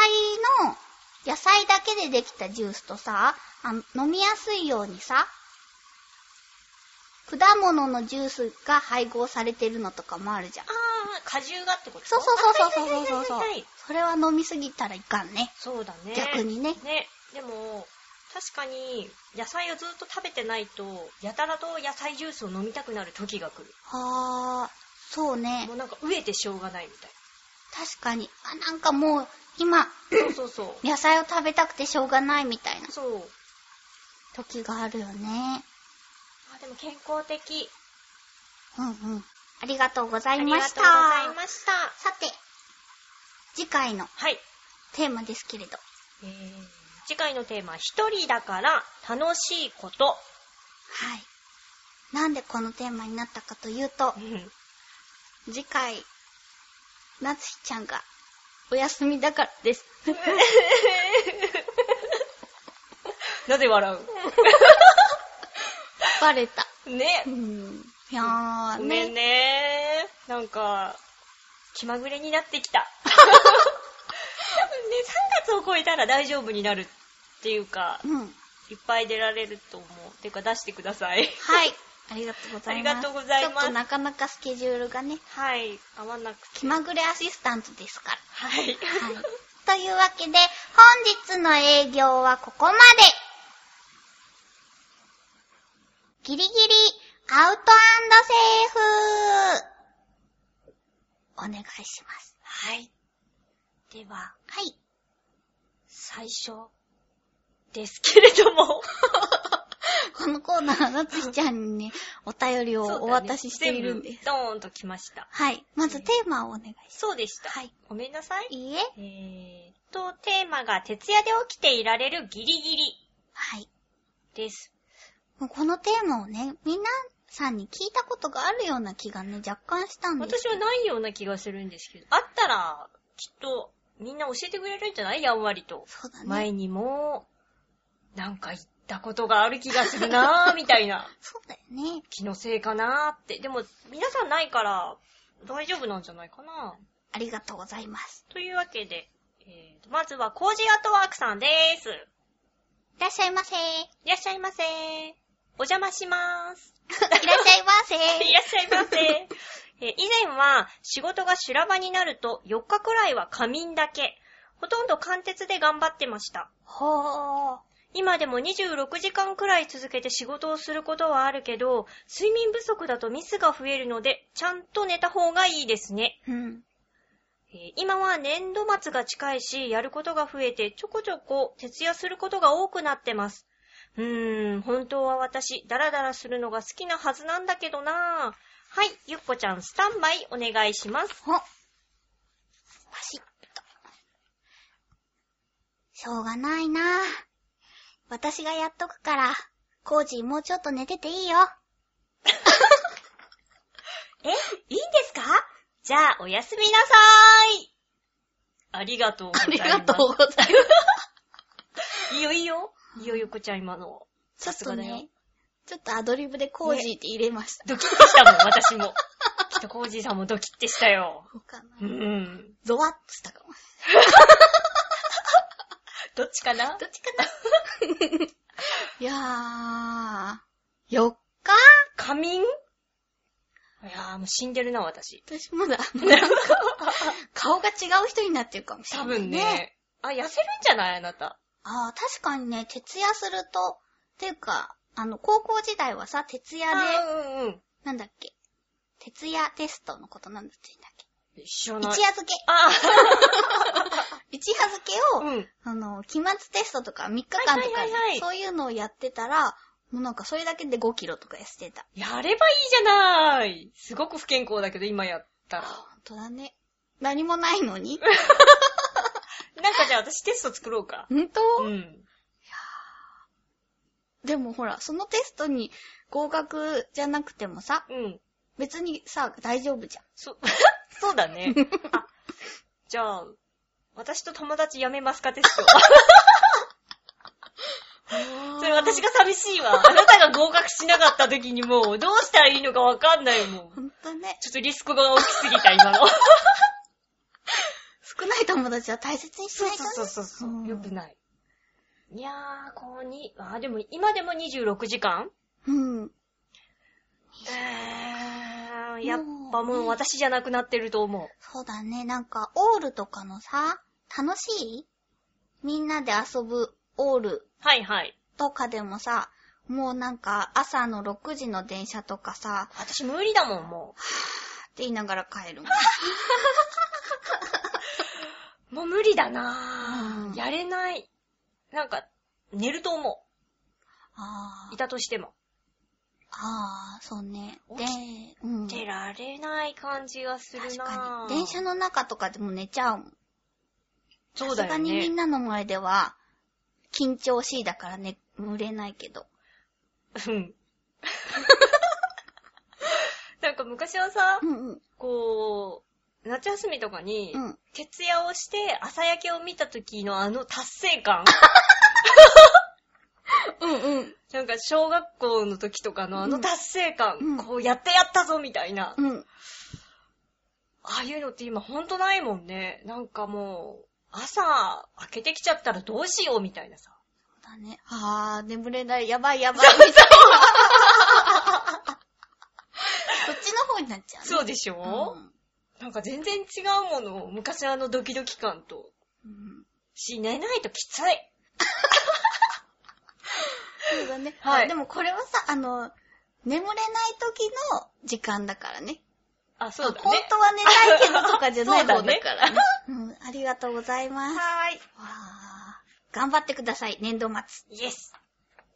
の、野菜だけでできたジュースとさ、あの飲みやすいようにさ、果物のジュースが配合されてるのとかもあるじゃん。
あー、果汁がってこと
そうそうそうそう
あ
そうそうそう
はいはいはいはいはい。
それは飲みすぎたらいかんね。
そうだね。
逆にね
ね。でも、確かに、野菜をずっと食べてないと、やたらと野菜ジュースを飲みたくなる時が来る。
はー、そうね
もう。なんか飢えてしょうがないみたい
確かに。あ、なんかもう、今、
な。そうそうそ
野菜を食べたくてしょうがないみたいな
う。そう。
時があるよね。
あ、でも健康的。
うんうん。ありがとうござ
あ
い
り
ま
が
し
と
た。
うございました。
さて、次回の
はい。
テーマですけれど。
えー、次回のテーマ、一人だから楽しいこと。
はい。なんでこのテーマになったかというと
う、ん
次回、なつひちゃんがお休みだからです。
なぜ笑
バレた。
うね。
うん。いやー
ごめん
ね。
ねなんか、気まぐれになって きた。多分ね、3月を超えたら大丈夫になるっていうか、
うん。はい
いっぱい出られると思う。てか出してください。。
ありがとうございます。
ありがとうございま
ちょっ
す
となかなかスケジュールがね、
はい。合わなくて。
気まぐれアシスタントですから。
はい。
はい。というわけで、本日の営業はここまで。ギリギリアウトセーフお願いします。
はい。 では、
はい。
最初ですけれど も。
このコーナー、なつひちゃんにね、お便りをお渡ししているんです。
そうだね全部ドーンと来ました。
はい。まずテーマをお願いしま
そうでした。
はい。
ごめんなさい
す。。いいえ
えーっと、テーマが徹夜で起きていられるギリギリ
はい。
です。
もうこのテーマをね、みなさんに聞いたことがあるような気がね、若干したんです
私はないような気がするんですけど、あったら、きっと、みんな教えてくれるんじゃないやんわりと。
そうだね。
前にも、なんか言ったことがある気がするなぁ、みた いな。
そうだよね。
気のせいかなーって。でも、皆さんないから、大丈夫なんじゃないかな
ありがとうございます。
というわけで、えーと、まずは、コージーアートワークさんでーす。
いらっしゃいませい
いらっしゃいませー。お邪魔しまーす。
らっし ゃいませ
いらっしゃいませ。えー以前は仕事が修羅場になると4日くらいは仮眠だけ。ほとんど貫徹で頑張ってました。
ほー。
今でも26時間くらい続けて仕事をすることはあるけど、睡眠不足だとミスが増えるので、ちゃんと寝た方がいいですね。
うん。
えー今は年度末が近いし、やることが増えて、ちょこちょこ徹夜することが多くなってます。うーん、本当は私、ダラダラするのが好きなはずなんだけどなぁ。はい、ゆっこちゃん、スタンバイお願いします。
ほ。パシッと。しょうがないなぁ。私がやっとくから、コージーもうちょっと寝てていいよ。
え、いいんですかじゃあ、おやすみなさーい。ありがとうございます。
ございます。
いいよいいよ。いいよゆっこちゃん、今の。
ちょ
さ
っ
す
と
がだよ。
ね、ちょっとアドリブでコージーって入れました。
ドキッてしたもん、私も。きっとコージーさんもドキッてしたよ。
そうかな
うん。
ゾワッとしたかも。
どっちかな
どっちかな いやー、4日
仮眠いやーもう死んでるな、私。
私まだ、なんか、顔が違う人になってるかもしれ
多
ない。
分ね。あ、痩せるんじゃないあなた。
ああ、確かにね、徹夜すると、ていうか、あの、高校時代はさ、徹夜で、
あうんうん
なんだっけ徹夜テストのことなんだって言うんだっけ
うん。知ら
一
な
夜漬
い。
け
あ
一夜漬け
あ、
を、
うん。
あの、期末テストとか3日間とか、
はいはいはいはい
そういうのをやってたら、もうなんかそれだけで5キロとか痩せてた。
やればいいじゃない。すごく不健康だけど、今やったら。
ほんとだね。何もないのに。
なんかじゃあ私テスト作ろうか。
ほんと
うん。
でもほら、そのテストに合格じゃなくてもさ、
うん。
別にさ、大丈夫じゃん。
そ、 そうだね。あ、じゃあ、私と友達やめますかテスト。それ私が寂しいわ。あなたが合格しなかった時にもう、どうしたらいいのかわかんないもん。
ほんとね、
ちょっとリスクが大きすぎた、今 の。
少ない友達は大切にし
そう
ないとね。
そうそうそう、
うん
よくない。いやー、こうに、あー、でも今でも26時間
うん。
えー、やっぱもう私じゃなくなってると思う。
そうだね、なんか、オールとかのさ、楽しいみんなで遊ぶオール
はいはい。
とかでもさ、もうなんか朝の6時の電車とかさ、
私無理だもん、も
って言いながら帰るもん。
う。もう無理だな
うん
ー。やれない。なんか、寝ると思
あ
う。い
ー
たとしても。
あー、そうね。で
起、
うん。
出られない感じがする
確
な
か
ー
に。電車の中とかでも寝ちゃうもん。
そうだ
さすが
よ
にみんな
ね。
の前では、緊張しいだからね、眠れないけど。
うん。なんか昔はさ
う、んうん。
こう、夏休みとかに、
うん。
徹夜をして朝焼けを見た時のあの達 成感
うんうん。
なんか小学校の時とかのあの達成感、
うん
こうやってやったぞみたいな、
うん。
ああいうのって今ほんとないもんね。なんかもう、朝開けてきちゃったらどうしようみたいなさ。
だね。あー、眠れない、やばいやばい、みたいな。そっちの方になっちゃうね。
そうでし
う
ょ、なんか全然違うもの、昔のあのドキドキ感と。
んうん
し、寝ないときつい。
そうだね。
はい
あでもこれはさ、あの、眠れない時の時間だからね。
あ、そうだ
本
ね。
当は寝たいけどとかじゃない方
そ
だ
うだね
からね。うん、ありがとうございます。わ
はーい。
あ頑張ってください、年度末。
イエス。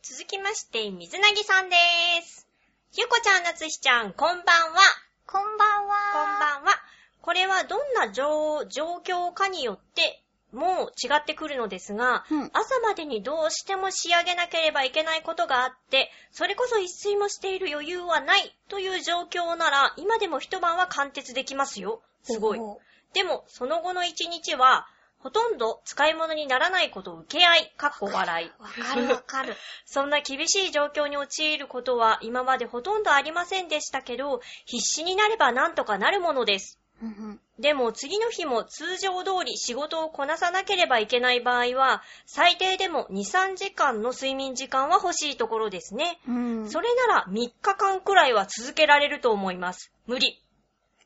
続きまして、水なぎさんでーす。ゆこちゃん、なつひちゃん、こんばんは。
こんばんは。
こんばんは。これはどんな状状況かによって、もう違ってくるのですが、
うん
朝までにどうしても仕上げなければいけないことがあって、それこそ一睡もしている余裕はないという状況なら、今でも一晩は貫徹できますよ。すごい。
おー
でも、その後の一日は、ほとんど使い物にならないことを受け合い、かっこ笑い。
わかるわかる。
そんな厳しい状況に陥ることは今までほとんどありませんでしたけど、必死になればなんとかなるものです。
うんうん
でも次の日も通常通り仕事をこなさなければいけない場合は、最低でも2、3時間の睡眠時間は欲しいところですね。
うん。
それなら3日間くらいは続けられると思います。無理。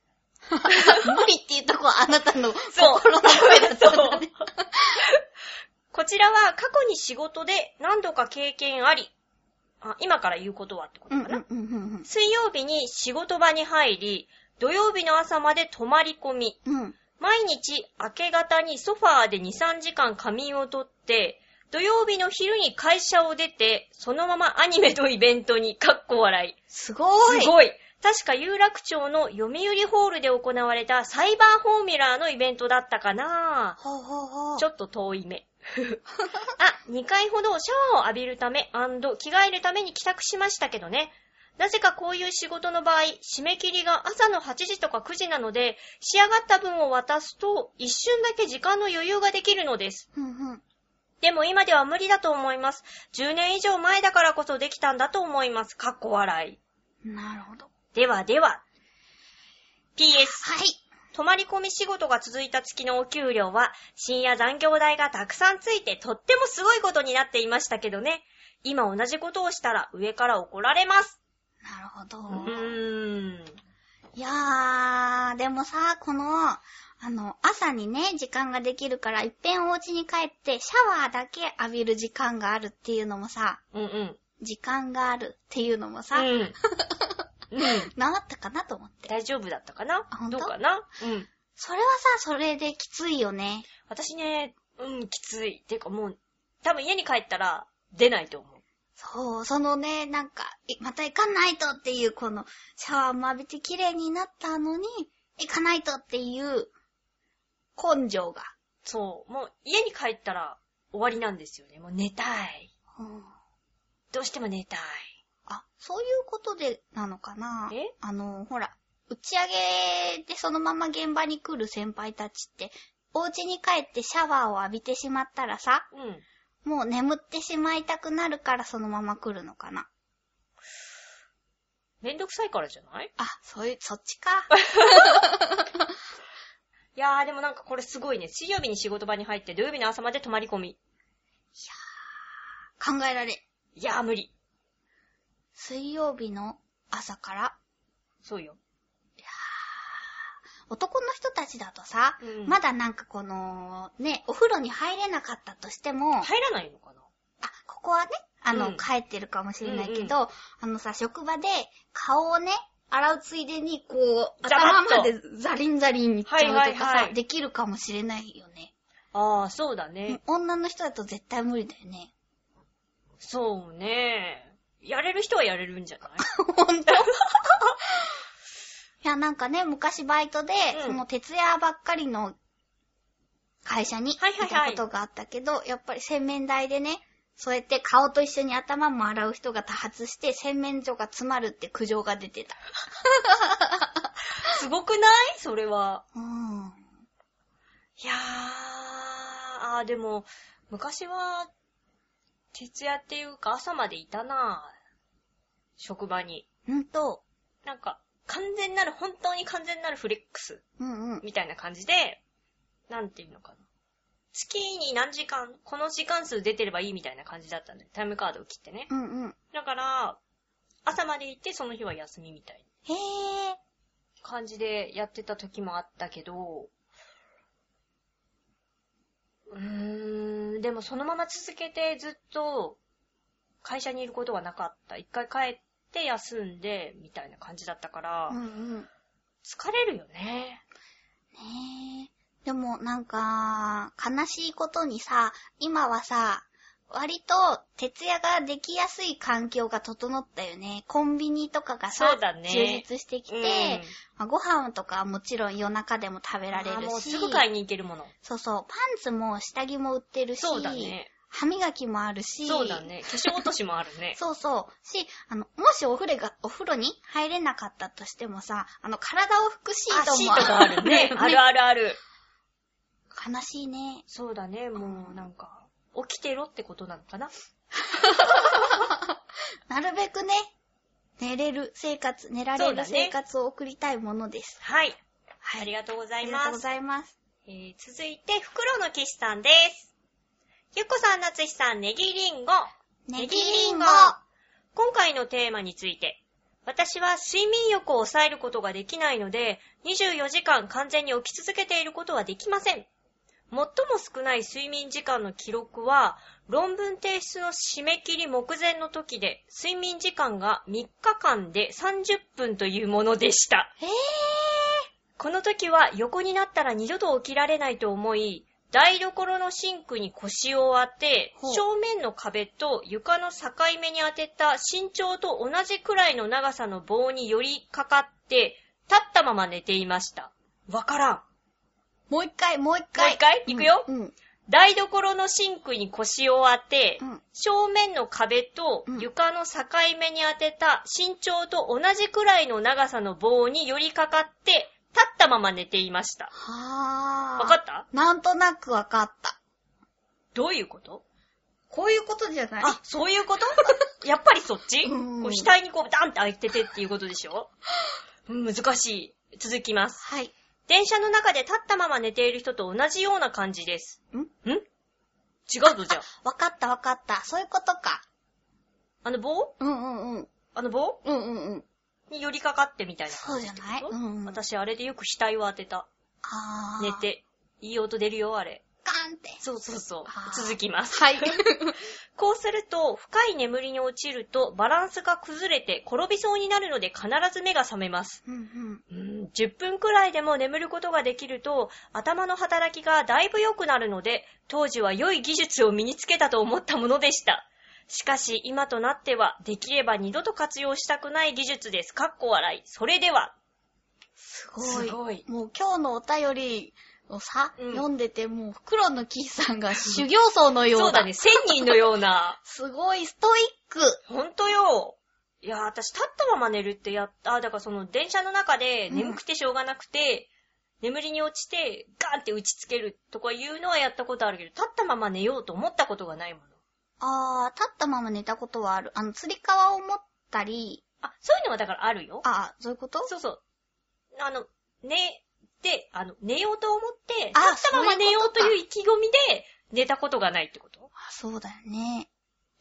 無理っていうとこはあなたの
そう
心の声だったんだね。
こちらは過去に仕事で何度か経験あり、あ今から言うことはってこと
うん
か
う
な。
んうんうん
水曜日に仕事場に入り、土曜日の朝まで泊まり込み、
うん。うん。
毎日明け方にソファーで2、3時間仮眠をとって、土曜日の昼に会社を出て、そのままアニメのイベントに、かっこ笑い。
すごい。
すごい。確か有楽町の読売ホールで行われたサイバーフォーミュラーのイベントだったかな
ほうほうほう。
ちょっと遠い目。 あ、2回ほどシャワーを浴びるため着替えるために帰宅しましたけどね。なぜかこういう仕事の場合、締め切りが朝の8時とか9時なので、仕上がった分を渡すと、一瞬だけ時間の余裕ができるのです。
うんうん。
でも今では無理だと思います。10年以上前だからこそできたんだと思います。かっこ笑
なるほど。
い。ではでは。PS。
はい。
泊まり込み仕事が続いた月のお給料は、深夜残業代がたくさんついてとってもすごいことになっていましたけどね。今同じことをしたら上から怒られます。
なるほど。
うーん。
いやー、でもさ、この、あの、朝にね、時間ができるから、いっぺんお家に帰って、シャワーだけ浴びる時間があるっていうのもさ、
うんうん。
時間があるっていうのもさ、
うん。うん。
なかったかなと思って。
大丈夫だったかな
あほん
ど
と
うかなうん。
それはさ、それできついよね。
私ね、うん、きつい。てかもう、多分家に帰ったら出ないと思う。
そう、そのね、なんか、いまた行かないとっていう、この、シャワーも浴びて綺麗になったのに、行かないとっていう、根性が。
そう。もう家に帰ったら終わりなんですよね。もう寝たい。
うん
どうしても寝たい。
あ、そういうことでなのかな
え
あの、ほら、打ち上げでそのまま現場に来る先輩たちって、お家に帰ってシャワーを浴びてしまったらさ、
うん。
もう眠ってしまいたくなるからそのまま来るのかな。
めんどくさいからじゃない
あ、そういう、そっちか。
いやーでもなんかこれすごいね。水曜日に仕事場に入って土曜日の朝まで泊まり込み。
考えられん。
いやー無理。
水曜日の朝から、
そうよ。
男の人たちだとさ、
うん
まだなんかこの、ね、お風呂に入れなかったとしても、
入らないのかな
あ、ここはね、あの、
うん
帰ってるかもしれないけど、
うんうん
あのさ、職場で顔をね、洗うついでに、こう、
ザバ
頭
ッと
までザリンザリンいっちゃうとかさ、
はいはいはい
できるかもしれないよね。
あー、そうだね。
女の人だと絶対無理だよね。
そうね。やれる人はやれるんじゃない
ほ んといや、なんかね、昔バイトで、
うん
その徹夜ばっかりの会社にい
はいはい
た
はい
ことがあったけど、やっぱり洗面台でね、そうやって顔と一緒に頭も洗う人が多発して、洗面所が詰まるって苦情が出てた。
すごくないそれは。
うん。
いやー、あーでも、昔は、徹夜っていうか朝までいたな職場に。
うんと、
なんか、完全なる、本当に完全なるフレックス、
うんうん。
みたいな感じで、なんていうのかな。月に何時間、この時間数出てればいいみたいな感じだったんだよ。タイムカードを切ってね。
うんうん。
だから、朝まで行ってその日は休みみたい
へえ。
な感じでやってた時もあったけど、うーん、でもそのまま続けてずっと会社にいることはなかった。一回帰って休んでみたいな感じだったから、
うんうん。
疲れるよね。
ねえ。でもなんか、悲しいことにさ、今はさ、割と徹夜ができやすい環境が整ったよね。コンビニとかがさ、
そうだね
充実してきて、
うん
まあご飯とかはもちろん夜中でも食べられ
あー
る
もう
し、
すぐ買いに行けるもの。
そうそう、パンツも下着も売ってるし、
そうだね。
歯磨きもあるし、
そうだね。化粧落としもある ね。
そうそう。し、あの、もしお風呂が、お風呂に入れなかったとしてもさ、あの、体を拭くシー
あ
ト
シ
も。
ートがあるね あるあるある。
悲しいね。
そうだね、もうなんか、起きてろってことなのかな
なるべくね、寝れる生活、寝られ
そう
る
だね
生活を送りたいものです。
はい。
はい
ありがとうござ
あ
い
り
ま
がとうご
す。
ざいます。
えー、続いて、袋の騎士さんです。ゆっこさん、なつしさん、ネギリンゴ。
ネギリンゴ。
今回のテーマについて、私は睡眠欲を抑えることができないので、24時間完全に起き続けていることはできません。最も少ない睡眠時間の記録は、論文提出の締め切り目前の時で、睡眠時間が3日間で30分というものでした。
へぇ
この時は横になったら二度と起きられないと思い、台所のシンクに腰を当て
ほう、
正面の壁と床の境目に当てた身長と同じくらいの長さの棒に寄りかかって、立ったまま寝ていました。わからん。
ー。もう一回、もう一回。
もう一回いくよ
うん。うん。
台所のシンクに腰を当て、
うん
正面の壁と
うん
床の境目に当てた身長と同じくらいの長さの棒に寄りかかって、立ったまま寝ていました。
はー。
わかった
なんとなくわかった。
どういうこと
こういうことじゃない
あ、そうい うことやっぱりそっち
うん
こう額にこうダンって開いててっていうことでしょうん難しい。続きます。
はい。
電車の中で立ったまま寝ている人と同じような感じです。
ん
ん違う ぞ、じゃあ。
わかったわかった。そういうことか。
あの棒
うんうんうん。
あの棒
うんうんうん。
に寄りかかってみたいな
そ
感
う
じ
じゃ
って
ない
こと
うんうん
私、あれでよく額を当てた。
あー。
寝。て。いい音出るよ、あれ。
ガンって。
そうそうそう
あ。ー
続きます。
はい。
こうすると、深い眠りに陥ると、バランスが崩れて転びそうになるので必ず目が覚めます。
うんうん。
うーん10分くらいでも眠ることができると、頭の働きがだいぶ良くなるので、当時は良い技術を身につけたと思ったものでした。しかし、今となっては、できれば二度と活用したくない技術です。かっこ笑い。それでは。
すごい。
すごい
もう今日のお便りをさ、
うん
読んでて、もう、袋のキーさんが修行僧のようだ。
そうだね、千人のような。
すごい、ストイック。
ほんとよ。いやー、私立ったまま寝るってやった。あ、だからその電車の中で
うん
眠くてしょうがなくて、眠りに落ちて、ガーンって打ちつけるとかいうのはやったことあるけど、立ったまま寝ようと思ったことがないもの。
あー、立ったまま寝たことはある。あの、釣り革を持ったり、
あ、そういうのはだからあるよ。
あー、そういうこと
そうそう。あの、寝て、あの、寝ようと思って、
あ
立ったまま寝ようと
そう
い
いう
意気込みで、寝たことがないってこと
あそうだよね。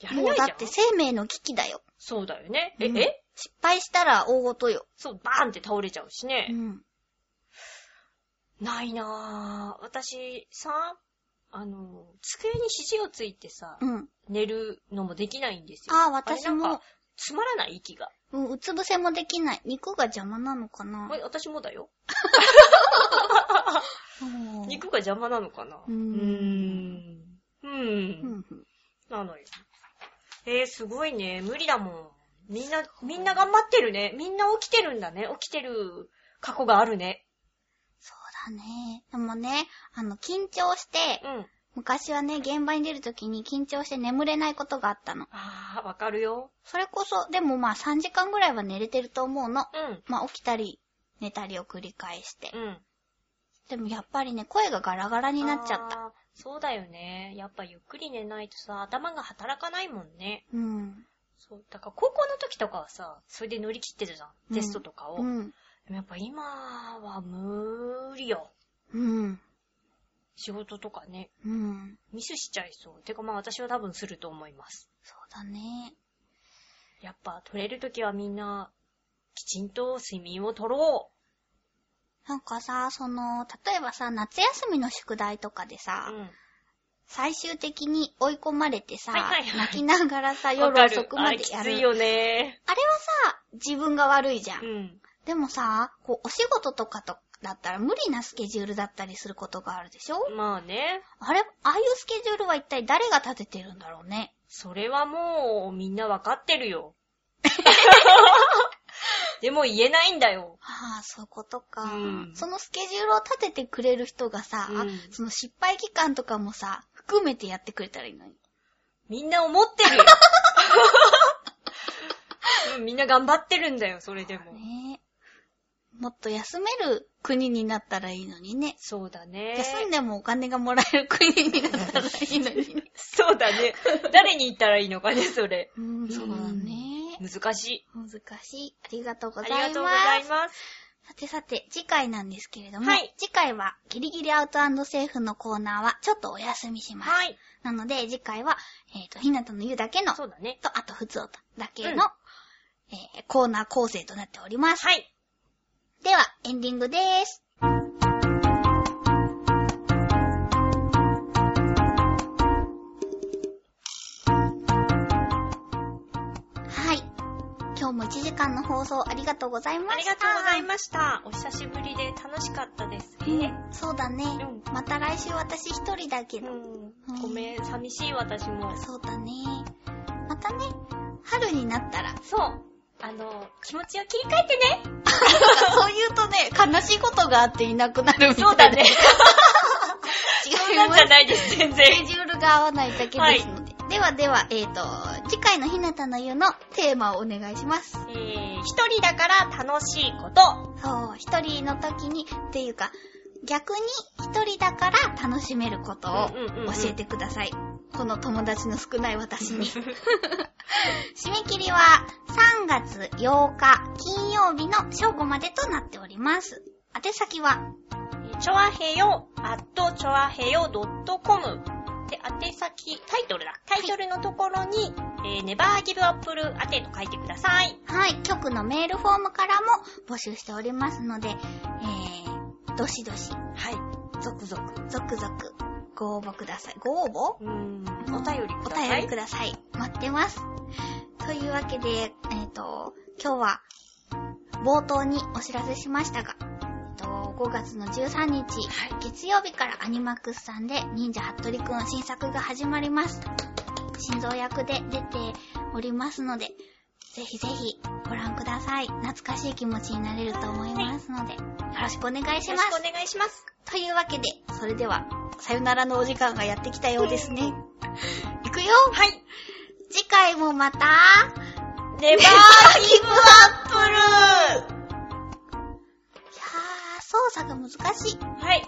やら
も
な
う
いじゃ
だ
ん
って生命の危機だよ。
そうだよね。え、
うん
え
失敗したら大ごとよ。
そう、バーンって倒れちゃうしね
う。ん。
ないなぁ。私、さ、あの、机に肘をついてさ、
うん。
寝るのもできないんですよ。
あー、私
あれなん
も
か、つまらない息が。
うん、うつ伏せもできない。肉が邪魔なのかな
おい私もだよ。
うん
肉が邪魔なのかな
うー
うー
ん
ん。うー。
うんんうん。
なのよ。えー、すごいね。無理だもん。みんな、みんな頑張ってるね。みんな起きてるんだね。起きてる過去があるね。
そうだね。でもね、あの、緊張して、
うん。
昔はね、現場に出るときに緊張して眠れないことがあったの。
あー、わかるよ。
それこそ、でもまあ3時間ぐらいは寝れてると思うの。
うん。
まあ起きたり、寝たりを繰り返して。
うん。
でもやっぱりね、声がガラガラになっちゃった。
た。そうだよね。やっぱゆっくり寝ないとさ、頭が働かないもんね。
うん。
そう。だから高校の時とかはさ、それで乗り切ってたじゃん。
うん
テストとかを。
うん。
でもやっぱ今は無理よ。
うん。
仕事とかね。
うん。
ミスしちゃいそう。てかまあ私は多分すると思います。
そうだね。
やっぱ取れる時はみんな、きちんと睡眠を取ろ
なんかさ、その、例えばさ、夏休みの宿題とかで
う。
さ、
うん。
最終的に追い込まれてさ、
はいはいはい
泣きながらさ、
わ
夜
か
遅
る。
く
あ
ま
れ
で
き
や
つ
る。
いよね。
あれはさ、自分が悪いじゃん
う。ん。
でもさ、こう、お仕事とかと、だったら無理なスケジュールだったりすることがあるでしょ
まあね。
あれ、ああいうスケジュールは一体誰が立ててるんだろうね。
それはもう、みんなわかってる よ。でも言えないんだよ。
ああ、そういうことか、
うん
そのスケジュールを立ててくれる人がさ、
うん
その失敗期間とかもさ、含めてやってくれたらいいのに。
みんな思って るよ。うんみんな頑張ってるんだよ、それでも。
ねえもっと休める国になったらいいのにね。
そうだね。
休んでもお金がもらえる国になったらいいの にね。
そうだね。誰に言ったらいいのかね、それ。
うん、そうだね。
難しい。
難しい。ありがとうご
あ
ざ
り
います。
がとうございます。
さてさて、次回なんですけれども、
はい
次回はギリギリアウトセーフのコーナーはちょっとお休みします。
はい。
なので次回は、えっ、と、ひなたの湯だけの、と
そ、うだね。
あと普通だけの、
うん
えーコーナー構成となっております。
はい。
では、エンディングでーす。はい。今日も1時間の放送ありがとうございま
あり
した。
がとうございました。お久しぶりで楽しかったです。
うんそうだね。
う
また来週私一人だけ
う
ど。
ん。ごめん、寂しい私も。
そうだね。またね、春になったら。
そう。あの、気持ちを切り替えてね。
そう言うとね、悲しいことがあっていなくなるみたいな。
そうだね。 そ
違
う
い
なん
ま
じ
す
ゃ。ないです、全
スケ
然。
ジュールが合わないだけですので。ではでは、えっ、と、次回のひなたの湯のテーマをお願いします。
えー、一人だから楽しいこと。
そう、一人の時に、っていうか、逆に一人だから楽しめることを
うんうんうんう
教
ん
えてください。この友達の少ない私 に。締め切りは3月8日金曜日の正午までとなっております。宛先は、
ちょわへよ、アットちょわへよ .com。で、宛先、タイトルだ。タイトルのところに、えー、ネバーギブアップル宛てと書いてください。
はい、局のメールフォームからも募集しておりますので、えー、どしどし、
はい。続々。
続々ご応募ください。ご応募
うーん、お便り
お
くださ
便り
い。
ください。待ってます。というわけで、えっ、と、今日は、冒頭にお知らせしましたが、えっと5月の13日、月曜日からアニマックスさんで忍者ハットリくん新作が始まります。心臓役で出ておりますので、ぜひぜひご覧ください。懐かしい気持ちになれると思いますので、よろしくお願いし
よ
ま
ろし
す
くお。願いします。
というわけで、それでは、さよならのお時間がやってきたようですね。いくよ
はい。
次回もまた、
ネバーギブアップル
いやー、操作が難しい。
はい。